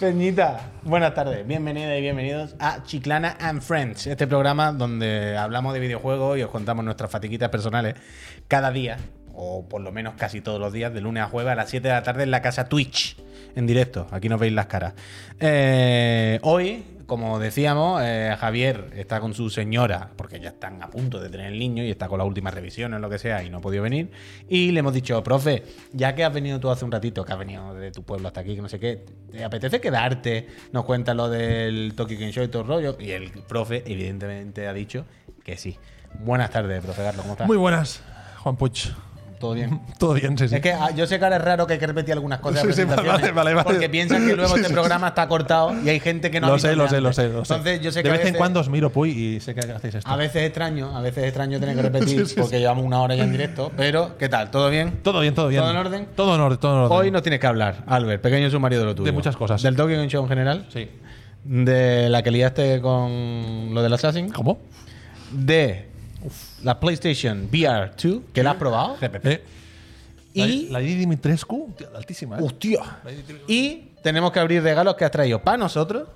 Peñita, buenas tardes, bienvenidas y bienvenidos a Chiclana and Friends, este programa donde hablamos de videojuegos y os contamos nuestras fatiguitas personales cada día, o por lo menos casi todos los días, de lunes a jueves a las 7 de la tarde en la casa Twitch, en directo, aquí nos veis las caras. Eh, hoy, como decíamos, eh, Javier está con su señora, porque ya están a punto de tener el niño y está con las últimas revisiones, lo que sea, y no ha podido venir. Y le hemos dicho, profe, ya que has venido tú hace un ratito, que has venido de tu pueblo hasta aquí, que no sé qué, ¿te apetece quedarte? Nos cuenta lo del Tokyo Game Show y todo el rollo. Y el profe, evidentemente, ha dicho que sí. Buenas tardes, profe Carlos, ¿cómo estás? Muy buenas, Juan Puch. ¿Todo bien? Todo bien, sí, sí. Es que ah, yo sé que ahora es raro que hay que repetir algunas cosas. de Sí, sí, vale, presentaciones, vale, vale. Porque piensan que luego Sí, este sí, programa está cortado y hay gente que no ha lo visto sé, el lo de sé, lo antes. sé, lo sé. Entonces, yo sé de que a vez en veces- cuando os miro, Puy, y sé que hacéis esto. A veces extraño, a veces extraño tener que repetir porque llevamos una hora ya en directo, pero ¿qué tal? ¿Todo bien? Todo bien, todo bien. ¿Todo en orden? Todo en orden, todo en orden. Hoy nos tienes que hablar, Albert, pequeño sumario de lo tuyo. De muchas cosas. Del Tokyo Game Show en general, Sí. de la que liaste con lo del Assassin, ¿Cómo? de la PlayStation VR 2, que la has probado, Eh, y... La la Didi Dimitrescu, tía, altísima, ¿eh? ¡Hostia! Y tenemos que abrir regalos que has traído para nosotros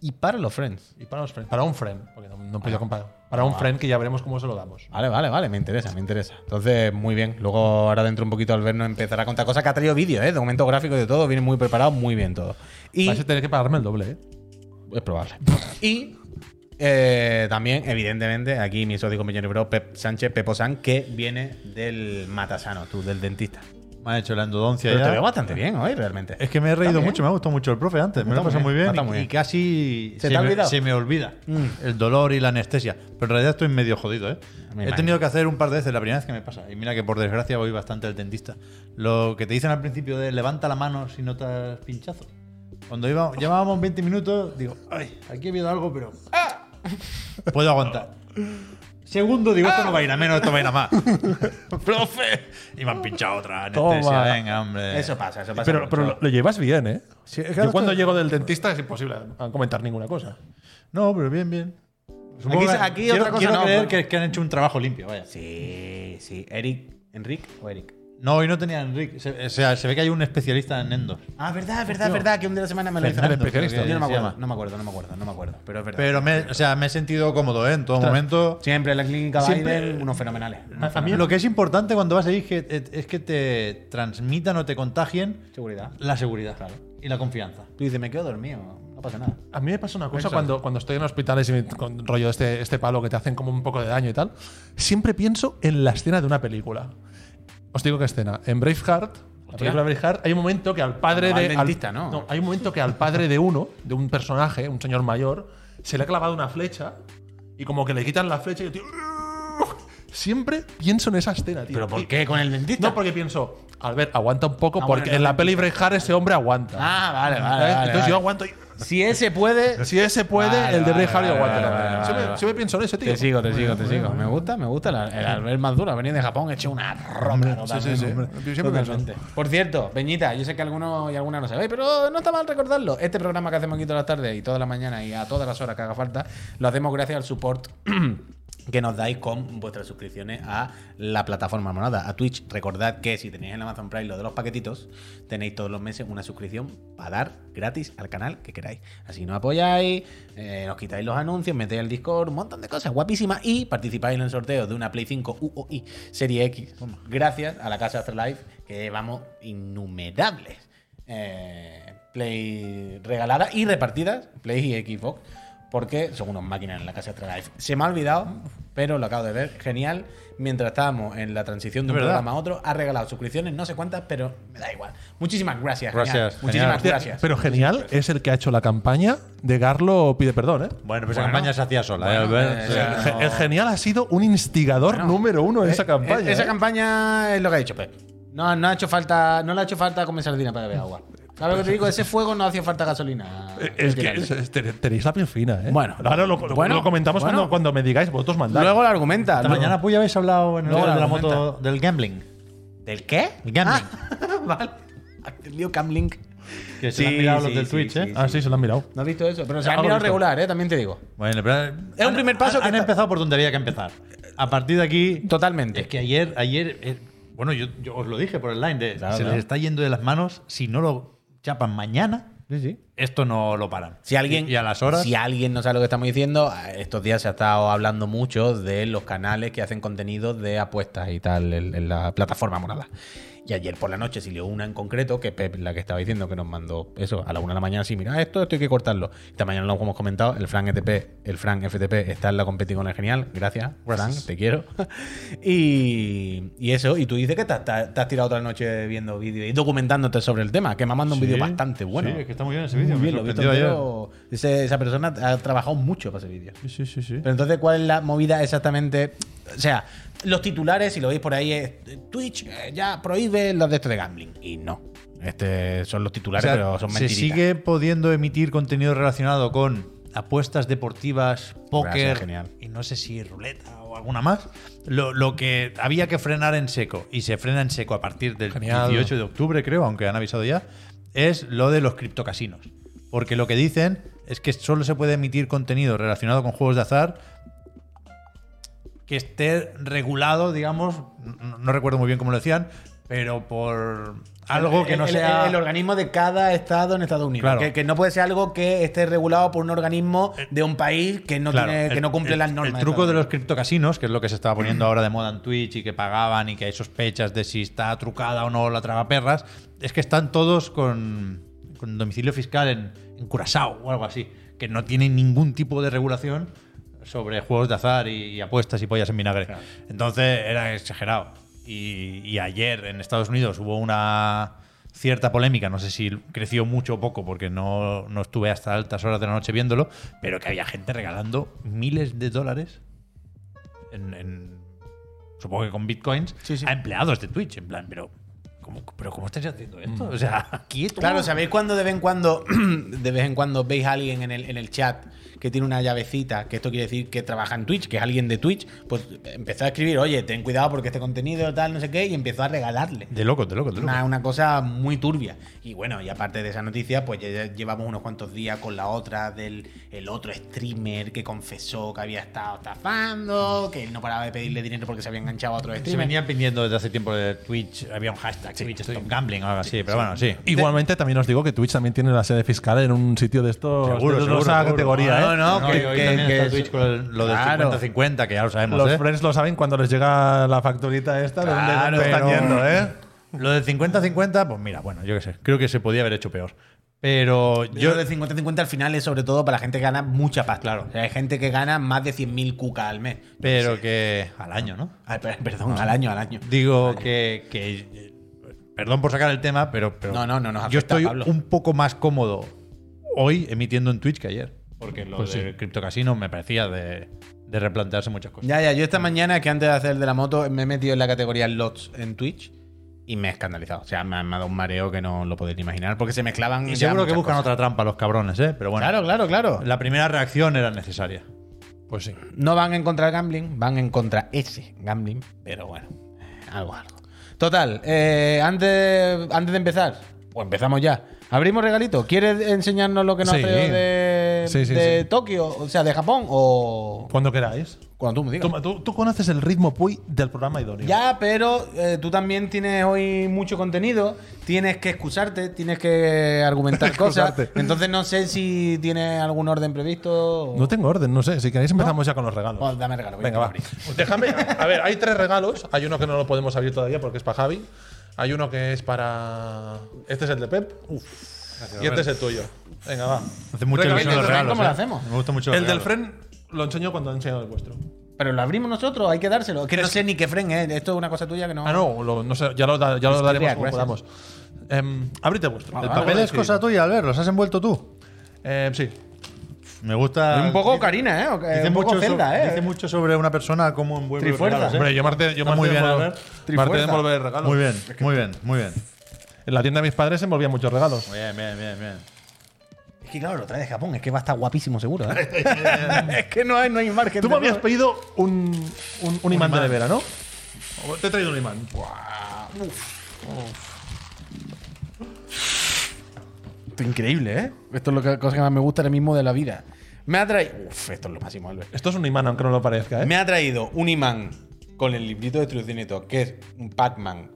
y para los friends. Y para, los friend- para un friend, porque no, no he podido comparar. Para un friend que ya veremos cómo se lo damos. Vale, vale, vale, me interesa, me interesa. Entonces, muy bien. Luego, ahora dentro un poquito, Albert nos empezará a contar cosas que ha traído vídeos, ¿eh? Documentos gráficos y de todo, viene muy preparado, muy bien todo. Y Vais a tener que pagarme el doble, ¿eh? es probable. y eh, también, evidentemente, aquí mi socio y compañero bro, Pep Sánchez, Pepo San, que viene del matasano, tú, del dentista. Me ha hecho la endodoncia Pero ya. te veo bastante bien hoy, realmente. Es que me he reído bien. mucho, me ha gustado mucho el profe antes, me Está lo he pasado muy muy bien, bien, está y- muy y, bien. casi ¿Se te ha me- olvidado? Mm. se me olvida el dolor y la anestesia. Pero en realidad estoy medio jodido, ¿eh? Me he imagino. tenido que hacer un par de veces la primera vez que me pasa. Y mira que por desgracia voy bastante al dentista. Lo que te dicen al principio de levanta la mano si notas pinchazo. Cuando iba, llevábamos 20 minutos, digo, ay, aquí he habido algo, pero ¡ah! puedo aguantar. Segundo, digo, esto no va a ir a menos, esto va a ir a más. ¡Profe! Y me han pinchado otra anestesia. Toma. Venga, hombre. Eso pasa, eso pasa. Pero, mucho. pero lo, lo llevas bien, ¿eh? Yo claro, cuando esto- llego del dentista es imposible a- a comentar ninguna cosa. No, pero bien, bien. Supongo que- quiero- quiero, quiero creer creer que, han hecho un trabajo limpio, vaya. Sí, sí. Eric, Enric o Eric. No, hoy no tenía Enrique. Se, o sea, se ve que hay un especialista en endos. Ah, verdad, es verdad, es verdad, que un día de la semana me lo hizo. Fernando, Yo especialista, no me se acuerdo, llama. no me acuerdo, no me acuerdo, no me acuerdo, pero es verdad. Pero me, o sea, me he sentido cómodo, ¿eh? En todo momento. Siempre en la clínica Siempre- Biden, unos fenomenales. unos A mí lo que es importante cuando vas ahí es que, es que te transmitan o te contagien Seguridad. la seguridad y la confianza. Tú dices, me quedo dormido, no pasa nada. A mí me pasa una cosa cuando, cuando estoy en hospitales y me- con rollo este, este palo que te hacen como un poco de daño y tal. Siempre pienso en la escena de una película. Os digo qué escena. En Braveheart, la película Braveheart, hay un momento que al padre No, al de. dentista, ¿no? hay un momento que al padre de uno, de un personaje, un señor mayor, se le ha clavado una flecha y como que le quitan la flecha y el tío. Siempre pienso en esa escena, tío. ¿Pero por Y- qué con el dentista? No, porque pienso, Albert, aguanta un poco, Ah, porque bueno, en la peli Braveheart ese hombre aguanta. Ah, vale, vale. ¿sabes? vale, ¿Eh? Entonces vale. yo aguanto y. Si ese puede. Si ese puede, Vale, el de vale, Bray Harry vale, aguanta vale, también. vale, Siempre- vale, siempre pienso en ese, tío. Te sigo, te sigo, pues, te sigo. Me gusta, me gusta. la- el Albert más duro. Ha venido de Japón, hecho una ropa. totalmente. sí, sí. Yo siempre pienso. Totalmente. Por cierto, Peñita, yo sé que algunos y algunas no sabéis, pero no está mal recordarlo. Este programa que hacemos aquí todas las tardes y todas las mañanas y a todas las horas que haga falta, lo hacemos gracias al support que nos dais con vuestras suscripciones a la plataforma Monada, a Twitch. Recordad que si tenéis en Amazon Prime lo de los paquetitos, tenéis todos los meses una suscripción para dar gratis al canal que queráis. Así nos apoyáis, eh, nos quitáis los anuncios, metéis el Discord, un montón de cosas guapísimas y participáis en el sorteo de una Play 5 UOI Serie X. Gracias a la casa Afterlife que llevamos innumerables eh, Play regaladas y repartidas, Play y Xbox porque son unos máquinas en la casa de Afterlife. Se me ha olvidado, pero lo acabo de ver. Genial. Mientras estábamos en la transición de un Es verdad. programa a otro, ha regalado suscripciones, no sé cuántas, pero me da igual. Muchísimas gracias. genial. Gracias, Muchísimas genial. gracias. Pero genial es el que ha hecho la campaña de Garlo pide perdón, ¿eh? Bueno, pues Bueno. la campaña se hacía sola, ¿eh? Bueno, Albert? eh, O sea, Bueno. Ge- El genial ha sido un instigador Bueno, número uno de esa campaña. Eh, esa ¿eh? campaña es lo que ha dicho Pep. No, no ha hecho falta, no le ha hecho falta comer sardina para beber agua. ¿Sabes lo que te digo? Ese fuego no hacía falta gasolina. Eh, es que es- es- ten- tenéis la piel fina, ¿eh? Bueno. ahora lo, lo- Bueno, lo comentamos bueno. cuando, cuando me digáis, vosotros mandáis. Luego lo argumenta. esta luego. mañana, Puy, habéis hablado en el Luego la día de la comenta. moto del gambling. ¿Del qué? El gambling. Ah, vale. Ha entendido Camlink. Que se Sí, lo han mirado sí, los del sí, Twitch, sí, ¿eh? ah, sí, se lo han mirado. No has visto eso. Pero se ha Algo mirado visto. regular, eh, también te digo. Bueno, pero. Es un primer paso han, que han está- empezado por donde había que empezar. A partir de aquí. Totalmente. Es que ayer, ayer, eh, bueno, yo, yo os lo dije por el line, de, Claro, se claro. les está yendo de las manos si no lo chapan mañana. Sí, sí. Esto no lo paran. Si alguien, Y, y a las horas. Si alguien no sabe lo que estamos diciendo, estos días se ha estado hablando mucho de los canales que hacen contenido de apuestas y tal en, en la plataforma morada. Y ayer por la noche salió una en concreto, que Pep, la que estaba diciendo, que nos mandó eso a la una de la mañana, sí, mira, esto, esto hay que cortarlo. Esta mañana lo hemos comentado, el Frank ETP, el Frank FTP está en la competición con el genial. Gracias, Frank, te quiero. y, y eso, y tú dices que te, te- te has tirado otra noche viendo vídeos y documentándote sobre el tema, que me ha mandado un vídeo bastante bueno. Sí, es que está muy bien ese vídeo. Muy me bien, lo he visto sorprendió ayer. entero. Ese- esa persona ha trabajado mucho para ese vídeo. Sí, sí, sí. sí. Pero entonces, ¿cuál es la movida exactamente? O sea, los titulares, si lo veis por ahí, es eh, Twitch eh, ya prohíbe los de estos de gambling. Y no. Este son los O titulares, sea, pero son se mentiritas. sigue pudiendo emitir contenido relacionado con apuestas deportivas, póker genial. y no sé si ruleta o alguna más. Lo, lo que había que frenar en seco y se frena en seco a partir del Genial. 18 de octubre, creo, aunque han avisado ya, es lo de los criptocasinos. Porque lo que dicen es que solo se puede emitir contenido relacionado con juegos de azar que esté regulado, digamos, no, no recuerdo muy bien cómo lo decían, pero por algo que El- no el- sea El, organismo de cada estado en Estados Unidos. Claro. Eh, Que, que no puede ser algo que esté regulado por un organismo de un país que no, Claro, tiene, que el- no cumple el- las normas. El truco de Estados los criptocasinos, que es lo que se estaba poniendo ahora de moda en Twitch y que pagaban y que hay sospechas de si está trucada o no la tragaperras, es que están todos con, con domicilio fiscal en, en Curazao o algo así, que no tienen ningún tipo de regulación sobre juegos de azar y, y apuestas y pollas en vinagre. Entonces era exagerado. Y, y ayer en Estados Unidos hubo una cierta polémica, no sé si creció mucho o poco, porque no, no estuve hasta altas horas de la noche viéndolo, pero que había gente regalando miles de dólares en, en- supongo que con bitcoins Sí, sí. a empleados de Twitch, en plan, pero ¿cómo, pero ¿cómo estáis haciendo esto? Mm. O sea, quieto. Claro, ¿sabéis cuando de vez en cuando de vez en cuando veis a alguien en el, en el chat que tiene una llavecita, que esto quiere decir que trabaja en Twitch, que es alguien de Twitch? Pues empezó a escribir, oye, ten cuidado porque este contenido tal, no sé qué, y empezó a regalarle. De locos, de locos, de locos. Una, una cosa muy turbia. Y bueno, y aparte de esa noticia, pues ya- ya llevamos unos cuantos días con la otra del el otro streamer que confesó que había estado estafando, que él no paraba de pedirle dinero porque se había enganchado a otro Se streamer. venían pidiendo desde hace tiempo de Twitch, había un hashtag Twitch Stop Gambling o algo así, pero bueno, sí. Igualmente, también os digo que Twitch también tiene la sede fiscal en un sitio de estos. Seguro, de seguro, otra seguro. Ah, categoría, No, ¿eh? no, No, que- y hoy que- también que está es- Twitch con el- lo del Claro. 50-50, que ya lo sabemos, Los ¿eh? friends lo saben cuando les llega la facturita esta de dónde- Claro, dónde están pero- yendo, ¿eh? Lo del 50-50, pues mira, bueno, yo qué sé. Creo que se podía haber hecho peor. Pero Yo yo. de 50-50 al final es sobre todo para la gente que gana mucha pasta. Claro. hay gente que gana más de 100.000 cuca al mes. Pero que. Al año, ¿no? Ay, per- perdón, Ah. al año, al año. Digo que. que- perdón por sacar el tema, pero. pero No, no, no nos afecta, Yo estoy Pablo. un poco más cómodo hoy emitiendo en Twitch que ayer. Porque lo Pues de sí. criptocasino me parecía de, de replantearse muchas cosas. Ya, ya, yo esta mañana que antes de hacer el de la moto me he metido en la categoría Lots en Twitch y me he escandalizado. O sea, me, ha- me ha dado un mareo que no lo podéis ni imaginar porque se mezclaban. Y ya seguro que muchas buscan cosas. otra trampa los cabrones, ¿eh? Pero bueno. Claro, claro, claro. La primera reacción era necesaria. Pues sí. No van en contra del gambling, van en contra ese gambling, pero bueno, algo, algo. Total, eh, antes, antes de empezar, pues empezamos ya. ¿Abrimos regalito? ¿Quieres enseñarnos lo que nos Sí. ha traído de, Sí, sí, de sí. Tokio? O sea, de Japón o Cuando queráis. cuando tú me digas. Toma, tú, tú conoces el ritmo Puy del programa idóneo. Ya, pero eh, tú también tienes hoy mucho contenido, tienes que excusarte, tienes que argumentar cosas. Excusarte. Entonces no sé si tienes algún orden previsto. o- No tengo orden, no sé. Si queréis empezamos ya con los regalos. Pues dame regalo. voy Venga, a va. abrir. Déjame. A ver, hay tres regalos. Hay uno que no lo podemos abrir todavía porque es para Javi. Hay uno que es para. Este es el de Pep. y este es el tuyo. Venga, va. Hace mucha Regalo- ilusión los Venga, regalos. ¿cómo lo ¿eh? hacemos? Me gusta mucho los El del regalos. Fren lo enseño cuando he enseñado el vuestro. Pero lo abrimos nosotros, hay que dárselo. Que no sé ni qué fren, ¿eh? Esto es una cosa tuya que no. Ah, no, lo- no sé, ya lo, da- ya lo Hostia, daremos como gracias. podamos. Em, ábrete vuestro. El papel es cosa tuya, Albert, los has envuelto tú. Em, sí. Me gusta. Un poco dice- Karina, ¿eh? O que- un poco so- Zelda, ¿eh? dice mucho sobre una persona cómo envuelve los Trifuerza. regalos, ¿eh? Hombre, yo Marte, yo Está Marte muy bien, envol- Albert. Marte Trifuerza. envolver regalos. Muy bien, muy bien, muy bien. En la tienda de mis padres envolvía muchos regalos. Bien, bien, bien, bien. Es que claro, lo trae de Japón, es que va a estar guapísimo seguro, ¿eh? es que no hay, no hay margen. Tú de me habías error. pedido un, un, un imán de imán. nevera, ¿no? O Te he traído un imán. Esto es increíble, ¿eh? Esto es lo que, cosa que más me gusta ahora mismo de la vida. Me ha traído. Uf, esto es lo máximo, Albert. Esto es un imán, aunque no lo parezca, ¿eh? Me ha traído un imán con el librito de instrucciones y todo, que es un Pac-Man.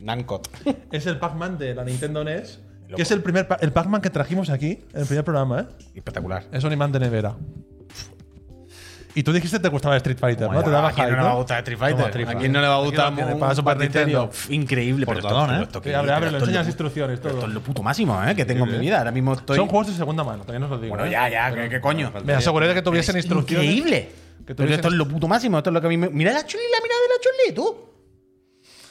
Nancot. Es el Pac-Man de la Nintendo NES, loco. Que es el primer pa- el Pac-Man que trajimos aquí, en el primer programa, ¿eh? Espectacular. Es un imán de nevera. Y tú dijiste que te gustaba el Street Fighter, ¿no? Bueno, Te daba ¿A quién hype, no le va a ¿no? gustar Street Toma, Fighter? ¿A Street Fighter. quién no le va a Aquí gustar lo tiene, un- para un Super Super Nintendo? Nintendo. Pf, Increíble, pero esto- Portadón, pero ¿eh? esto Sí, qué- abre, pero abre, le esto es enseñas lo- instrucciones, pero Esto todo. es lo puto máximo, ¿eh? Que tengo en mi vida. Ahora mismo estoy. Son juegos de segunda mano, todavía no os lo digo. Bueno, ¿eh? ya, ya, ¿qué, qué coño? Me aseguré de que tuviesen Es instrucciones. Increíble. Que Pero tuviesen- esto es lo puto máximo. Esto es lo que a mí me. Mira la chuli, la mirada de la chuli, tú.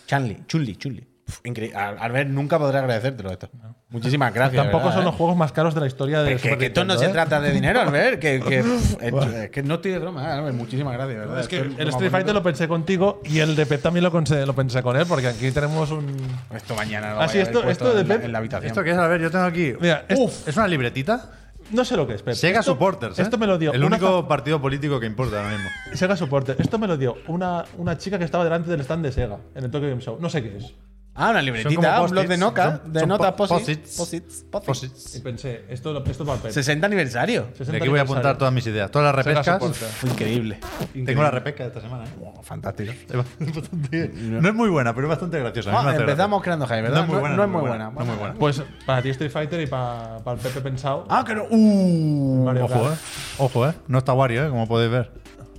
Chanli, chuli, chuli. Increíble. Albert nunca podré agradecértelo esto. Muchísimas gracias. Tampoco ¿verdad, son eh? los juegos más caros de la historia de Pero que, Super que esto no Nintendo, se ¿eh? trata de dinero, Albert. Que, que, pf, esto- es que no estoy de broma, eh, Albert. Muchísimas gracias, ¿verdad? Es que Esto lo el más Street Fighter bonito. lo pensé contigo y el de Pep también lo, conse- lo pensé con él, porque aquí tenemos un. Esto mañana lo Ah, voy sí, a esto- haber esto puesto de en la- Pep- en la habitación. ¿Esto qué es? A ver, yo tengo aquí. Mira, es- Uf, ¿es una libretita? No sé lo que es, Pep. Sega Esto- Supporters. ¿eh? Esto me lo dio. El una único partido político que importa ahora mismo. fa- Sega Supporters. Esto me lo dio una, una chica que estaba delante del stand de Sega en el Tokyo Game Show. No sé qué es. Ah, una Son libretita, como un blog de, post-its, noca, son- de son notas po- posits. post-its. Posits. posits. Y pensé, esto, lo- esto va a Pep. 60 aniversario. 60 De aquí voy a apuntar aniversario. todas mis ideas. Todas las Sega repescas. Supporters. Fue increíble. Tengo la repesca de esta semana. ¿eh? Oh, fantástico. Es bastante- No es muy buena, pero es bastante graciosa. A mí Ah, me hace empezamos creando gracia. hype, ¿verdad? No es muy buena. No- no es muy buena. No es muy buena. Pues para ti Street Fighter y para, para el Pepe pensado. Ah, que no. Uh, Mario Ojo, eh. Kart. Ojo, eh. No está Wario, eh, como podéis ver.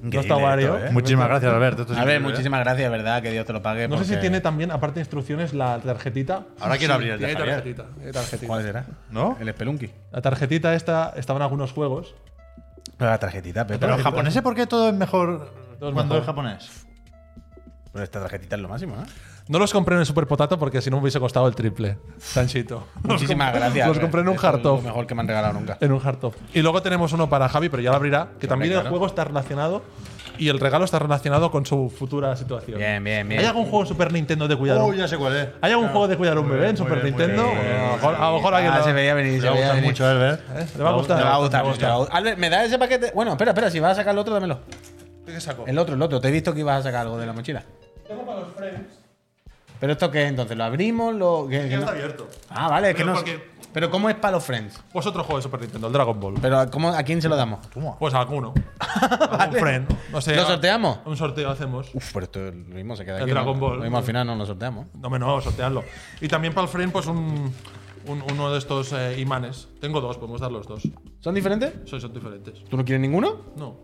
No está Wario. esto, ¿eh? Muchísimas gracias, Alberto. Esto es A ver, increíble, muchísimas gracias, ¿verdad? Que Dios te lo pague. No sé si porque- tiene también, aparte de instrucciones, la tarjetita. ¿eh? Ahora quiero abrir el de Tiene Javier. tarjetita, tiene tarjetita. ¿Cuál será? ¿No? El Spelunky. La tarjetita esta estaba en algunos juegos. Pero la tarjetita, Pepe. Pero los japoneses, ¿por qué todo es mejor Todo es cuando mejor. es japonés? Pero esta tarjetita es lo máximo, ¿eh? No los compré en el Super Potato porque si no me hubiese costado el triple. Tanchito. Muchísimas gracias. los Albert. compré en un Esto es hard top. Lo mejor que me han regalado nunca. En un hard top. Y luego tenemos uno para Javi, pero ya lo abrirá, que también claro. el juego está relacionado y el regalo está relacionado con su futura situación. Bien, bien, bien. ¿Hay algún juego en Super Nintendo de cuidar? Oh, un- ya sé cuál es. ¿Hay algún juego de cuidar a un Muy bebé en bien, muy Super bien, muy Nintendo? bien. Eh, a lo mejor- a lo mejor alguien Ah, lo- se veía Me venir, se va a veía gustar venir. mucho, Albert. ¿Eh? ¿Le va a gustar? Me va a Le gustar, mucho, me va a gustar. Albert, ¿me da ese paquete? Bueno, espera, espera, si vas a sacar el otro, dámelo. ¿Qué saco? El otro, el otro. Te he visto que ibas a sacar algo de la mochila. Tengo para los frames. ¿Pero esto qué es entonces? ¿Lo abrimos? ¿Lo, que- que no? abierto. Ah, vale, es que Pero no. porque- Pero ¿cómo es para los friends? Pues otro juego de Super Nintendo, el Dragon Ball. ¿Pero cómo, a quién se lo damos? Pues alguno. Algún friend. No sé, ¿Lo a- sorteamos? Un sorteo hacemos. Uf, pero esto lo mismo se queda El aquí. Dragon ¿no? Ball. Lo mismo al final no lo sorteamos. No, me no, sortearlo. Y también para el frame, pues un, un- uno de estos eh, imanes. Tengo dos, podemos dar los dos. ¿Son diferentes? Son, son diferentes. ¿Tú no quieres ninguno? No.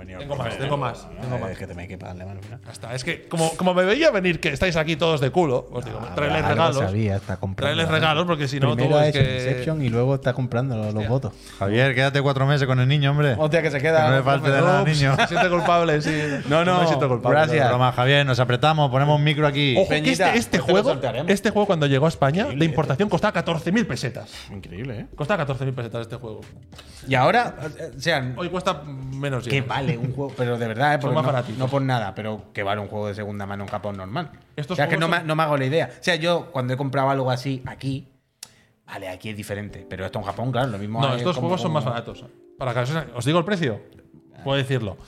Tengo más, tengo más, tengo Eh, más. Es que te me hay que pagarle mano al final. Ya está. Es que como, como me veía venir que estáis aquí todos de culo, os digo, traerles Algo regalos. Sabía, está comprando. Traerles regalos porque si no, Primero tú es es que. Inception y luego está comprando los, los votos. Javier, quédate cuatro meses con el niño, hombre. Hostia, que se Que queda. no le falte de nada al niño. Me siento culpable, sí. No, no, Me siento culpable. gracias. Broma, Javier, nos apretamos, ponemos un micro aquí. Ojo, que Peñita, este, este pues te lo juego, sortearemos. este juego cuando llegó a España, la importación costaba 14.000 pesetas. Increíble, ¿eh? Costaba 14.000 pesetas este juego. Y ahora, eh, o sea, Hoy cuesta menos que 10. vale un juego, pero de verdad, ¿eh? Porque más no, baratitos. no por nada, pero que vale un juego de segunda mano, un capón normal. Estos o sea, que no juegos me, son- no me hago la idea. O sea, yo cuando he comprado algo así aquí, vale, aquí es diferente, pero esto en Japón, claro, lo mismo. No, hay estos como- juegos son como- más baratos. Para que os, os digo el precio, puedo decirlo.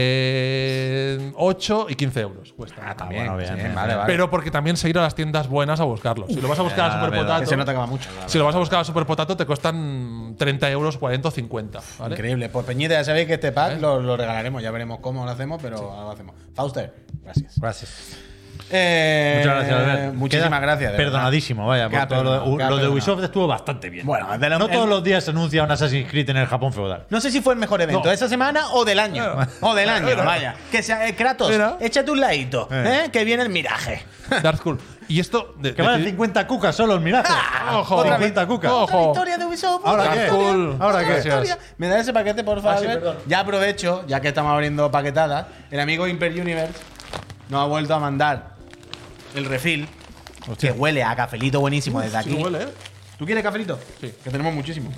Entre 8 y 15 euros cuesta. Ah, también. bueno, bien, sí, bien, vale, bien. vale. Pero porque también se ir a las tiendas buenas a buscarlos. Si lo vas a buscar a ya, Super verdad. Que se nota Potato, que va mucho. si lo vas a buscar a Super Potato, te cuestan 30 euros, 40 o 50. ¿vale? ¿Eh? Increíble. Pues Peñita, ya sabéis que este pack lo, lo regalaremos. Ya veremos cómo lo hacemos, pero ahora lo hacemos. Fauster, gracias. Gracias. Eh, Muchas gracias, Albert. Muchísimas Queda gracias. de verdad. Perdonadísimo, vaya. Queda por todo lo, de- perdonado, lo queda de perdonado. Ubisoft estuvo bastante bien. Bueno, de la- no el- todos los días se anuncia un Assassin's Creed en el Japón feudal. No sé si fue el mejor evento de esa semana o del año. O del año, vaya. Que sea, eh, Kratos, Mira. échate un ladito, Eh. ¿eh? que viene el miraje. Dark School. Y esto. de- Que valen decid- 50 cucas solo el miraje. Ojo. Otra 50 cucas. Ojo. Otra historia de Ubisoft. ¿Ahora otra qué? historia, Cool. otra ¿Ahora qué? historia. Me da ese paquete, por favor. Ah, sí, Albert? perdón. ya aprovecho, ya que estamos abriendo paquetadas. El amigo Imper Universe nos ha vuelto a mandar el refil. Que huele a cafelito buenísimo desde aquí. Sí, huele, ¿eh? ¿Tú quieres cafelito? Sí. Que tenemos muchísimo.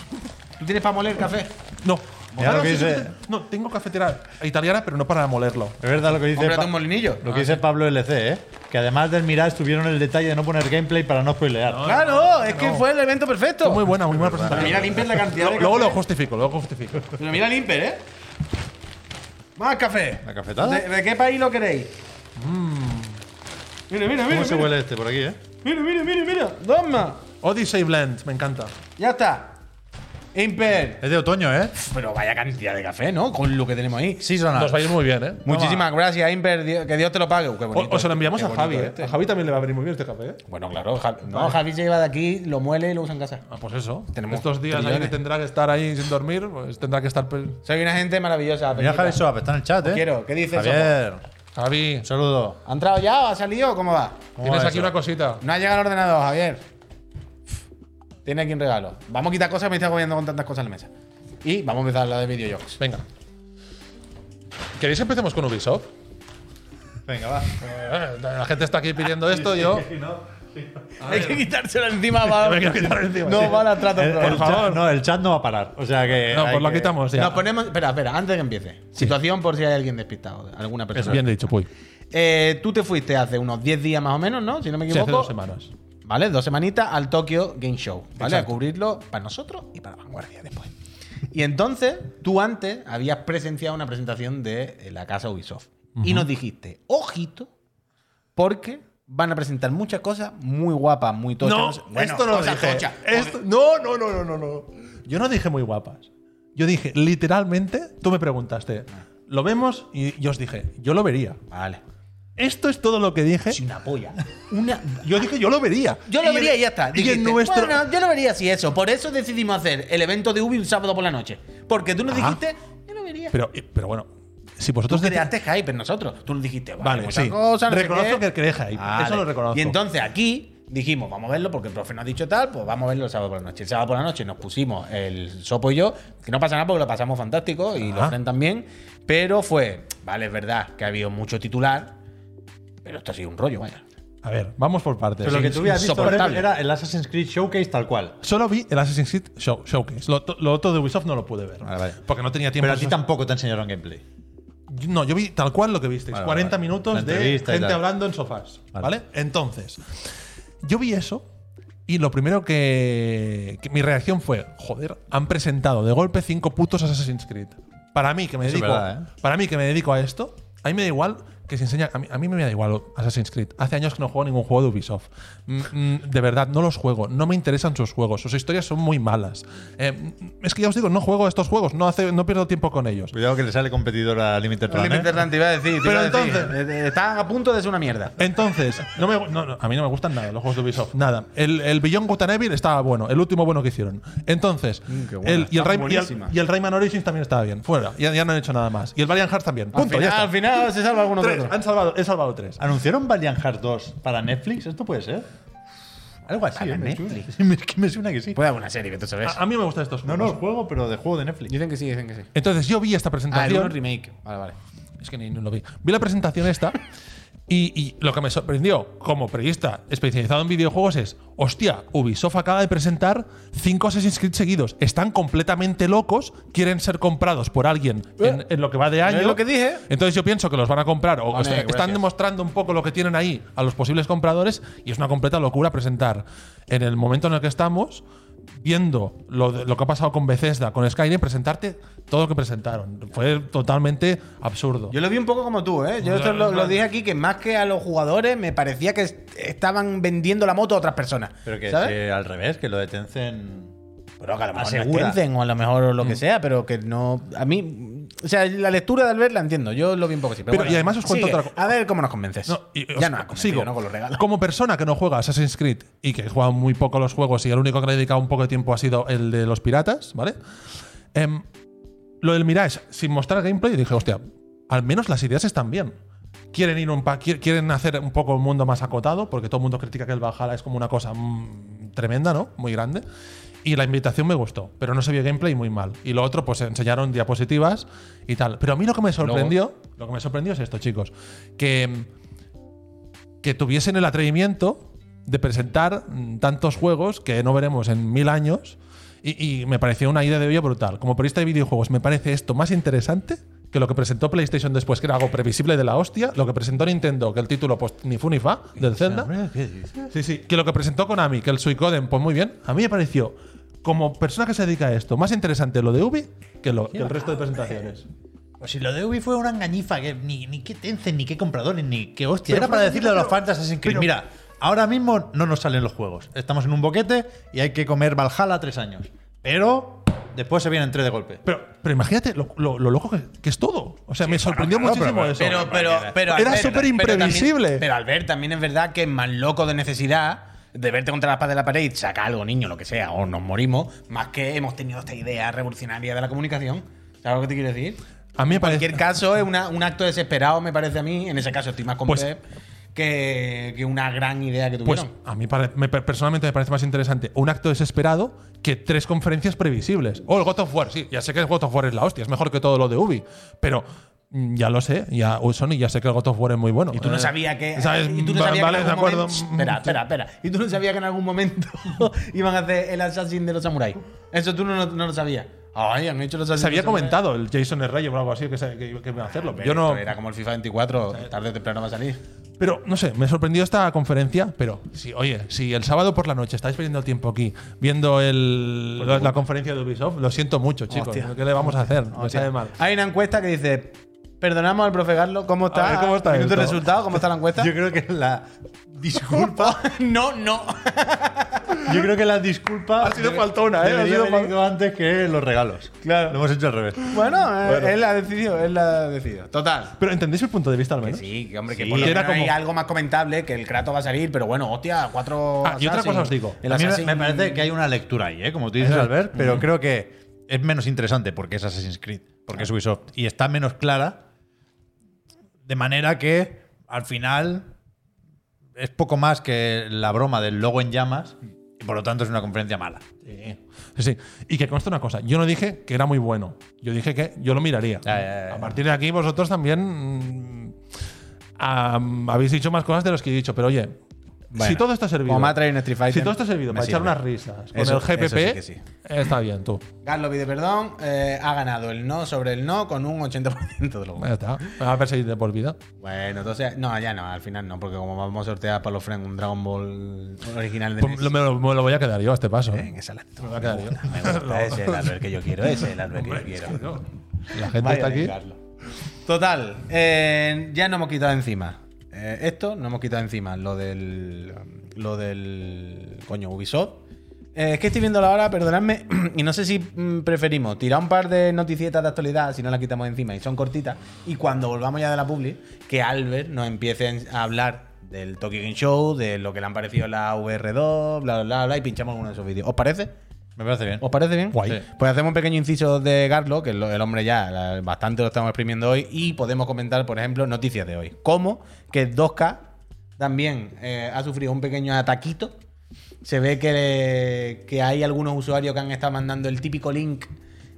¿Tú tienes para moler café? No. Mira lo que Ah, no, sí, dice. sí, sí. No, tengo cafetera italiana, pero no para molerlo. Es verdad lo que dice. Cómprate Pa- un molinillo. Lo que dice Pablo LC, ¿eh? Que además del Mirage tuvieron el detalle de no poner gameplay para no spoilear. Claro, es que fue el evento perfecto. Muy buena, muy buena Pero mira presentación. Limper la cantidad de Lo- Luego lo café. justifico, luego justifico. Pero mira Limper, ¿eh? Más café. ¿La ¿Ah? cafetada? ¿De, de qué país lo queréis? Mm. Mira, mira, mira. ¿Cómo se mira. huele este por aquí, eh? Mira, mira, mira, mira. Dos más. Odyssey Blend, me encanta. Ya está. Imper. Es de otoño, ¿eh? Pero vaya cantidad de café, ¿no? Con lo que tenemos ahí. Sí, son Nos va a ir muy bien, ¿eh? Muchísimas gracias, Imper. Di- Que Dios te lo pague. Uh, qué O, bonito. o se lo enviamos Qué a Javi, bonito ¿eh? este. A Javi también le va a venir muy bien este café, ¿eh? Bueno, claro. Javi- no, Javi se lleva de aquí, lo muele y lo usa en casa. Ah, pues eso. Tenemos Estos días ahí trillones. que tendrá que estar ahí sin dormir, pues tendrá que estar. pe- Soy una gente maravillosa. Mira Peñita. Javier Soap, está en el chat, ¿eh? quiero. ¿Qué dices, Javier, Javi, un saludo. ¿Ha entrado ya? ¿Ha salido? ¿Cómo va? ¿Cómo tienes va aquí eso? una cosita. No ha llegado el ordenador, Javier. Tiene aquí un regalo. Vamos a quitar cosas, me estoy agobiando con tantas cosas en la mesa. Y vamos a empezar la de videojuegos. Venga. ¿Queréis que empecemos con Ubisoft? Venga, va. Eh, La gente está aquí pidiendo esto, yo. Hay que quitársela encima, va. Me quiero quitar encima, No sí. Eh, van a tratar. El, el Por favor. chat- no, el chat no va a parar. O sea que. No, hay pues lo que- quitamos ya. Nos ponemos. Espera, espera, antes de que empiece. Situación por si hay alguien despistado, alguna persona. Bien dicho, Puy. Eh, tú te fuiste hace unos 10 días más o menos, ¿no? Si no me Sí, equivoco. hace dos semanas. ¿Vale? Dos semanitas al Tokyo Game Show, ¿vale? Exacto. A cubrirlo para nosotros y para Vanguardia después. Y entonces, tú antes habías presenciado una presentación de eh, la casa Ubisoft. Y nos dijiste, ojito, porque van a presentar muchas cosas muy guapas, muy tochas. No, sé- bueno, esto no lo cosas dije. tochas. Esto- no, no, no, no, no, no. Yo no dije muy guapas. Yo dije, literalmente, tú me preguntaste, ¿lo vemos? Y yo os dije, yo lo vería. Vale. Esto es todo lo que dije. Es una polla. Una, Yo dije, yo lo vería. Yo lo Y- vería y ya está. Y Dijiste, en nuestro. Bueno, yo lo vería si eso. Por eso decidimos hacer el evento de Ubi un sábado por la noche. Porque tú nos Ah. dijiste, yo lo vería. pero, eh, pero bueno, si tú vosotros. decís- creaste hype en nosotros. Tú nos dijiste, vale, Vale, muchas sí. cosas, no sé reconozco qué. que creé hype. Vale. Eso lo reconozco. Y entonces aquí dijimos, vamos a verlo porque el profe nos ha dicho tal, pues vamos a verlo el sábado por la noche. El sábado por la noche nos pusimos el Sopo y yo, que no pasa nada porque lo pasamos fantástico y lo Ajá. Fren también, pero fue, vale, es verdad que ha habido mucho titular, pero esto ha sido un rollo, vaya. A ver, vamos por partes. Pero lo que tú habías visto por insoportable. ejemplo, era el Assassin's Creed Showcase tal cual. Solo vi el Assassin's Creed Show- Showcase. Lo, to- lo otro de Ubisoft no lo pude ver. Vale, vale. Porque no tenía tiempo. Pero a ti tampoco te enseñaron gameplay. No, yo vi tal cual lo que visteis. Vale, 40 vale. La minutos de entrevista y gente tal. hablando en sofás. Vale. Vale. Entonces, yo vi eso y lo primero que, que mi reacción fue, joder, han presentado de golpe cinco putos Assassin's Creed. Para mí que me Eso es dedico, verdad, ¿eh? para mí que me dedico a esto, a mí me da igual que se enseña, a mí, a mí me da igual Assassin's Creed. Hace años que no juego ningún juego de Ubisoft. Mm, mm, de verdad, no los juego, no me interesan sus juegos, sus historias son muy malas. Eh, mm, es que ya os digo, no juego a estos juegos, no hace, no pierdo tiempo con ellos. Cuidado Pues que le sale competidor a Limited Run. ¿eh? iba a decir, te iba a decir, están a punto de ser una mierda. Entonces, no me, no, no, a mí no me gustan nada los juegos de Ubisoft. Nada. El, el Beyond Good and Evil estaba bueno, el último bueno que hicieron. Entonces, Mm, qué buena, el, y, el está Ray- y el- buenísima. y el Rayman Origins también estaba bien. Fuera, ya, ya no han hecho nada más. Y el Valiant Hearts también. Punto, al, final, ya al está. final se salva alguno que Tres, otro. han salvado, he salvado tres. ¿Anunciaron Valiant Hearts 2 para Netflix? ¿Esto puede ser? Algo así, ¿Para ¿eh? Me suena. Netflix? Sí, me- es que me suena que sí. Pues, Puede haber una serie que tú sabes. A, a mí me gustan estos No, juegos. no, el juego, pero de juego de Netflix. Dicen que sí, dicen que sí. Entonces, yo vi Ah, esta el presentación. uno remake. Vale, vale. Es que ni ni lo vi. Vi la presentación esta y, y lo que me sorprendió como periodista especializado en videojuegos es, hostia, Ubisoft acaba de presentar cinco Assassin's Creed seguidos. Están completamente locos, quieren ser comprados por alguien en, en lo que va de año. Eh, es lo que dije. Entonces yo pienso que los van a comprar o Vale, est- están gracias. demostrando un poco lo que tienen ahí a los posibles compradores y es una completa locura presentar en el momento en el que estamos viendo lo, de- lo que ha pasado con Bethesda, con Skyrim, presentarte todo lo que presentaron. Fue totalmente absurdo. Yo lo vi un poco como tú, ¿eh? Yo esto No, no, lo, lo no. dije aquí que más que a los jugadores me parecía que est- estaban vendiendo la moto a otras personas. Pero que ¿sabes? eh, al revés, que lo de Tencent. Pero que a lo mejor no es Asegura. Tencent, o a lo mejor lo que sea, pero que no. A mí. O sea, la lectura de Albert la entiendo. Yo lo vi un poco así. Pero, Pero, bueno, y además os cuento sigue. otra co- A ver cómo nos convences. No, y os- ya nos has convencido, sigo. ¿no? Con los regalos. Como persona que no juega Assassin's Creed y que juega muy poco a los juegos y el único que le he dedicado un poco de tiempo ha sido el de los piratas, ¿vale? Em, lo del Mirage, sin mostrar gameplay, dije, hostia, al menos las ideas están bien. Quieren ir un pa- qui- quieren hacer un poco un mundo más acotado, porque todo el mundo critica que el Valhalla es como una cosa mm, tremenda, ¿no? Muy grande. Y la invitación me gustó, pero no se vio gameplay muy mal. Y lo otro, pues enseñaron diapositivas y tal. Pero a mí lo que me sorprendió, lo que me sorprendió es esto, chicos, que mm, que tuviesen el atrevimiento de presentar mm, tantos juegos que no veremos en mil años. Y, y me pareció una idea de olla brutal. Como periodista de videojuegos, me parece esto más interesante que lo que presentó PlayStation después, que era algo previsible de la hostia, lo que presentó Nintendo, que el título pues, ni fu ni fa, del Zelda. ¿Qué dices? Sí, sí. Que lo que presentó Konami, que el Suicoden, pues muy bien. A mí me pareció, como persona que se dedica a esto, más interesante lo de Ubi que, lo, que el resto de presentaciones. Pues si lo de Ubi fue una engañifa, que ni, ni qué Tencent, ni qué compradores, ni qué hostia. Pero Era para fue- decirle a los pero- fans de Assassin's Creed, pero- mira, ahora mismo no nos salen los juegos. Estamos en un boquete y hay que comer Valhalla tres años. Pero Después se vienen tres de golpe. Pero, pero imagínate lo, lo- lo loco que, que es todo. O sea, me sorprendió claro, muchísimo pero- eso. Pero, pero, pero Era Albert, súper pero también- imprevisible. Pero al ver, también es verdad que es más loco de necesidad de verte contra la espada de la pared y saca algo, niño, lo que sea, o nos morimos, más que hemos tenido esta idea revolucionaria de la comunicación. ¿Sabes lo que te quiero decir? a mí me En cualquier parece. caso, es una- un acto desesperado, me parece a mí. En ese caso, estoy más con Pues- Pep que, que una gran idea que Pues tuvieron. a mí pare- me- personalmente me parece más interesante un acto desesperado que tres conferencias previsibles. O el God of War, sí, ya sé que el God of War es la hostia, es mejor que todo lo de Ubi, pero mm, ya lo sé, ya o Sony ya sé que el God of War es muy bueno. y tú no Eh, sabías que. ¿sabes? y tú no Va- sabías vale, que en de algún acuerdo. momento- espera, espera, espera. Y tú no sabías que en algún momento iban a hacer el Assassin de los Samuráis. Eso tú no, no lo sabías. Ay, han hecho los Assassin Se había de los Samuráis. comentado el Jason Reyes o algo así que, se- que, que iba a hacerlo. Pero Yo no, esto Era como el FIFA 24, tarde o temprano va a salir. Pero no sé, me sorprendió esta conferencia, pero si, oye, si el sábado por la noche estáis perdiendo tiempo aquí viendo el- la, la conferencia de Ubisoft, lo siento mucho, chicos. Hostia. ¿Qué le vamos a hacer? Me sale mal. Hay una encuesta que dice: Perdonamos al profe Garlo, ¿cómo A está? ver, ¿cómo está Minuto de esto? resultado? ¿Cómo está la encuesta? Yo creo que la disculpa. no, no. Yo creo que la disculpa. Ha sido faltona, ¿eh? Ha Debería sido haber ido antes que los regalos. Claro. Lo hemos hecho al revés. Bueno, eh, él ha decidido, él ha decidido. Total. Pero entendéis mi punto de vista al Que menos. sí, que hombre, que Sí, por lo era menos hay como- algo más comentable, que el Kratos va a salir, pero bueno, hostia, cuatro. Ah, y otra cosa os digo. El a mí me- Assassin- me parece que hay una lectura ahí, ¿eh? como tú dices, Albert, pero creo que es menos interesante porque es Assassin's Creed, porque es Ubisoft, y está menos clara, de manera que al final es poco más que la broma del logo en llamas, y por lo tanto es una conferencia mala. Sí. sí, sí. Y que conste una cosa, yo no dije que era muy bueno, yo dije que yo lo miraría. Ya, ya, ya. A partir de aquí vosotros también mm, am, habéis dicho más cosas de las que he dicho, pero oye, si todo esto ha servido... como me ha traído un Street Fighter, si todo esto ha servido me para echar sirve. unas risas con Eso- el GPP, eso sí que sí. está bien, tú. Garlo pide perdón, eh, ha ganado el no sobre el no con un 80% de los votos. Ya está. Me va a perseguir de por vida. Bueno, entonces, no, ya no, al final no, porque como vamos a sortear para los friends un Dragon Ball original de Pues NES. lo- me, lo, me lo voy a quedar yo a este paso. ¿eh? Venga, esa la- Me lo voy a quedar yo. Me gusta, ese es el Albert que yo quiero, ese es el Albert que yo quiero. La gente Vaya está aquí. vengarlo. Total, eh, ya no hemos quitado encima. eh, esto no hemos quitado encima. Lo del. Lo del. Coño, Ubisoft. Eh, es que estoy viendo la hora, perdonadme. Y no sé si mm, preferimos tirar un par de noticietas de actualidad, si no las quitamos encima y son cortitas. Y cuando volvamos ya de la publi, que Albert nos empiece a hablar del Tokyo Game Show, de lo que le han parecido la VR2, bla, bla, bla, bla, y pinchamos alguno de esos vídeos. ¿Os parece? Me parece bien. ¿Os parece bien? Guay. Sí. Pues hacemos un pequeño inciso de Garlo, que lo- el hombre ya la- bastante lo estamos exprimiendo hoy, y podemos comentar, por ejemplo, noticias de hoy. Como que 2K también eh, ha sufrido un pequeño ataquito. Se ve que, que hay algunos usuarios que han estado mandando el típico link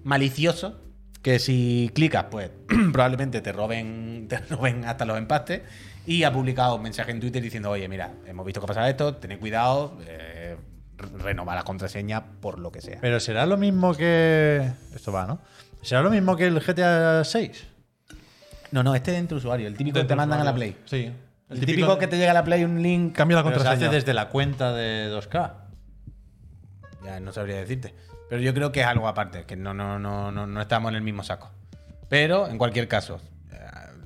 malicioso, que si clicas, pues probablemente te roben, te roben hasta los empastes. Y ha publicado un mensaje en Twitter diciendo, oye, mira, hemos visto que pasa esto, tened cuidado, eh, re- renova la contraseña por lo que sea. Pero será lo mismo que. Esto va, ¿no? ¿Será lo mismo que el GTA 6? No, no, este es entre usuario, el típico que te Dentro mandan a la usuario. Play. Sí. El típico, que te llega a la Play un link. Cambia la Pero se hace contraseña. desde la cuenta de 2K. Ya no sabría decirte. Pero yo creo que es algo aparte, que no, no, no, no, no estamos en el mismo saco. Pero, en cualquier caso, eh,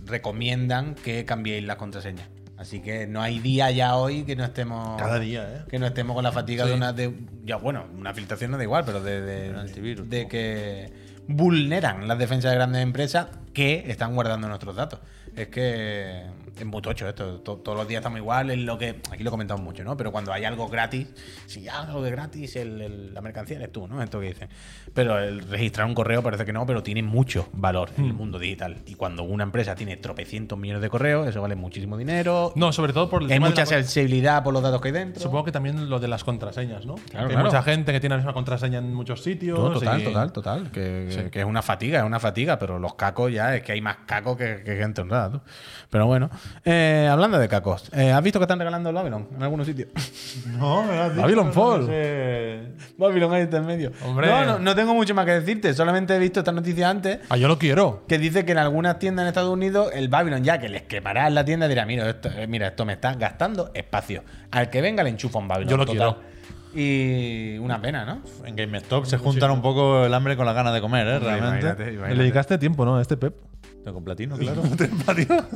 recomiendan que cambiéis la contraseña. Así que no hay día ya hoy que no estemos. Cada día, ¿eh? Que no estemos con la fatiga Sí. de una. de- ya, bueno, una filtración no da igual, pero de. de- Un antivirus. de que vulneran las defensas de grandes empresas que están guardando nuestros datos. Es que es muy tocho esto. To- todos los días estamos igual. Es lo que. Aquí lo comentamos mucho, ¿no? Pero cuando hay algo gratis, si hay algo de gratis, el- el- la mercancía eres tú, ¿no? Esto que dicen. Pero el registrar un correo parece que no, pero tiene mucho valor Hmm. en el mundo digital. Y cuando una empresa tiene tropecientos millones de correos, eso vale muchísimo dinero. No, sobre todo por el hay tema de mucha la con- sensibilidad por los datos que hay dentro. Supongo que también lo de las contraseñas, ¿no? Claro, hay claro. mucha gente que tiene la misma contraseña en muchos sitios. No, total, y- total, total. Que, que- que es una fatiga, es una fatiga, pero los cacos ya es que hay más cacos que, que gente honrada. tú. Pero bueno, Eh, hablando de cacos, eh, ¿has visto que están regalando el Babylon en algunos sitios? No, me lo has dicho, Babylon pero Fall. no sé. Babylon ahí está en medio. Hombre. No, no, no tengo mucho más que decirte, solamente he visto esta noticia antes Ah, yo lo quiero. que dice que en algunas tiendas en Estados Unidos el Babylon ya que les quepará en la tienda dirá, mira esto, eh, mira, esto me está gastando espacio. Al que venga le enchufa un Babylon. Yo lo quiero. Y una pena, ¿no? En GameStop se juntan un poco el hambre con las ganas de comer, ¿eh? Realmente. Imagínate, Le imagínate. dedicaste tiempo, ¿no? A este Pep. Tengo platino, claro.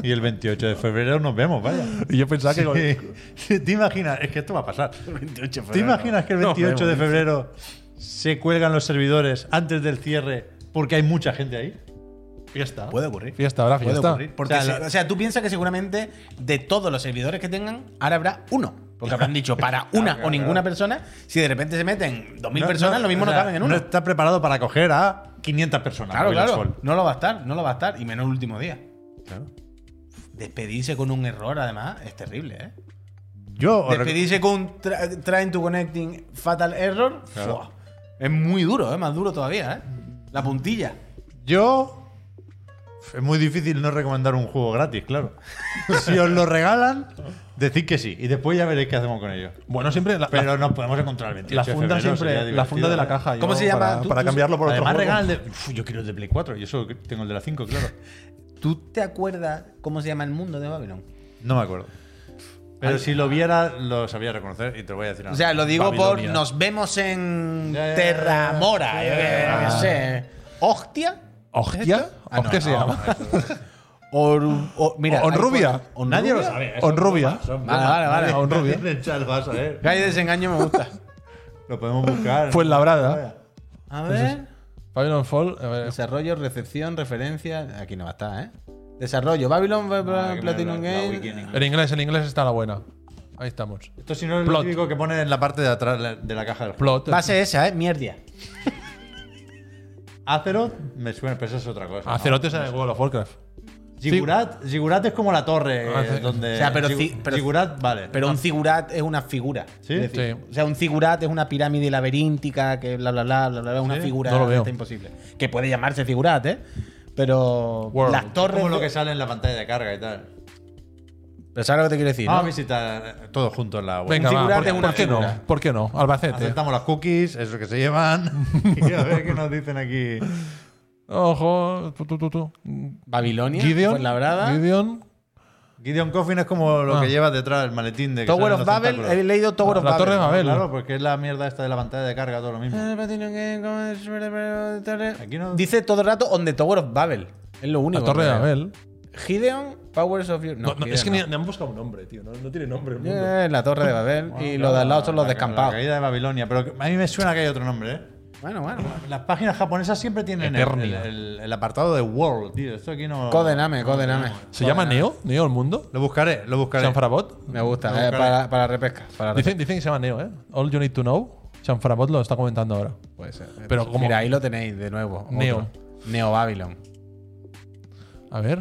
y el 28 de febrero nos vemos, vaya. Y yo pensaba que. Sí. ¿Te imaginas? Es que esto va a pasar. 28 de ¿Te febrero. imaginas que el Nos 28 de vemos, febrero se cuelgan los servidores antes del cierre porque hay mucha gente ahí. Fiesta. Puede ocurrir. Fiesta, habrá Puede fiesta. ocurrir. Porque O se- sea, o, sea, la- tú piensas que seguramente de todos los servidores que tengan, ahora habrá uno. Porque habrán dicho para una o ninguna persona, si de repente se meten 2.000 personas, lo mismo o no sea, caben en uno. No está preparado para acoger a 500 personas. Claro, por el claro. sol. No lo va a estar, no lo va a estar. Y menos el último día. Despedirse con un error, además, es terrible, ¿eh? Yo os rec- Despedirse con un tra- trying to connecting fatal error. ¡fua! Es muy duro, ¿eh? Más duro todavía, ¿eh? La puntilla. Yo. Es muy difícil no recomendar un juego gratis, claro. si os lo regalan, decid que sí. Y después ya veréis qué hacemos con ello. Bueno, siempre la, Pero nos podemos encontrar el 28 la de funda febrero, sería siempre la divertido, funda de la ¿eh? caja. ¿Cómo yo, se llama? Para, Tú- para tú- cambiarlo por Además, otro regalan juego. el de. Uf, yo quiero el de Play 4. Yo solo tengo el de la 5, claro. ¿Tú te acuerdas cómo se llama el mundo de Babylon? No me acuerdo. Pero si lo viera, lo sabía reconocer y te lo voy a decir. ahora. O sea, lo digo Babilonia. por nos vemos en Ah, Ya, Ah. ya, ya, ya. Terramora, yo qué sé. ¿eh? Hostia. ¿Hostia? Ah, no, ¿Hostia se no, llama? Or- o- mira, Onrubia. hay- Onrubia. Nadie lo sabe. eso. Onrubia. Vale, vale, vale. Onrubia. En el chat vas a ver. Calle de desengaño me gusta. Lo podemos buscar. Fue en Labrada. Vaya. A ver. Babylon Fall. a ver, Desarrollo, recepción, referencia. Aquí no va a estar, ¿eh? Desarrollo, Babylon, bla, bla, Ah, que me Platinum la- la Game. wiki en inglés. En inglés, en inglés está la buena. Ahí estamos. Esto si no es lo Plot. típico que pone en la parte de atrás la- de la caja del juego. Plot. Va a ser esa, ¿eh? Mierdia. Azeroth me suena, pero eso es otra cosa. ¿no? Ah, Acerote es en el World of Warcraft. Ziggurat, Ziggurat es como la torre. eh, Azeroth. donde Ah, O sea, pero Ziggu- ci- pero- Ziggurat, vale. Pero un figurat es una figura. ¿Sí? Es decir, Sí. O sea, un figurat es una pirámide laberíntica que bla, bla, bla, bla, bla, bla, una Sí, figura no lo veo. está imposible. Que puede llamarse figurat, ¿eh? Pero World. las Es torres... como lo de- que sale en la pantalla de carga y tal. Pero ¿sabes lo que te quiero decir? Vamos a no? visitar todos juntos la web. Venga, va, figurante ¿por, es una por qué figura. no? ¿Por qué no? Albacete. Aceptamos las cookies, eso que se llevan. y a ver qué nos dicen aquí. Ojo, tú, tú, tú, tú. Babilonia, pues, Gideon. Fuenlabrada. Gideon. Gideon Coffin es como lo Ah. que lleva detrás, el maletín de que Tower salen of los Babel, tentáculos. he leído Tower of La Babel. Torre de Babel. Claro, porque es la mierda esta de la pantalla de carga, todo lo mismo. Aquí no- Eh, Dice todo el rato on the Tower of Babel. Es lo único. La Torre de que veo. Babel. Gideon, Powers of Your. No, No, no, Gideon es que no. ni, ni han buscado un nombre, tío. No, no tiene nombre el mundo. Eh, la Torre de Babel. y los de al lado son los La- descampados. La caída de Babilonia, pero que- a mí me suena que hay otro nombre, ¿eh? Bueno, bueno. bueno. Las páginas japonesas siempre tienen el, Eternia. el- el apartado de World, tío. Esto aquí no. Codename, codename. ¿Se llama Neo? ¿Neo el mundo? Lo buscaré, lo buscaré. ¿Chanfarabot? Me gusta. No, eh, claro. para, para repesca. Para repesca. Dicen, dicen que se llama Neo, ¿eh? All You Need to Know. Chanfarabot lo está comentando ahora. Puede ser. eh, Pero como- Mira, ahí lo tenéis de nuevo. otro. Neo. Neo Babylon. A ver.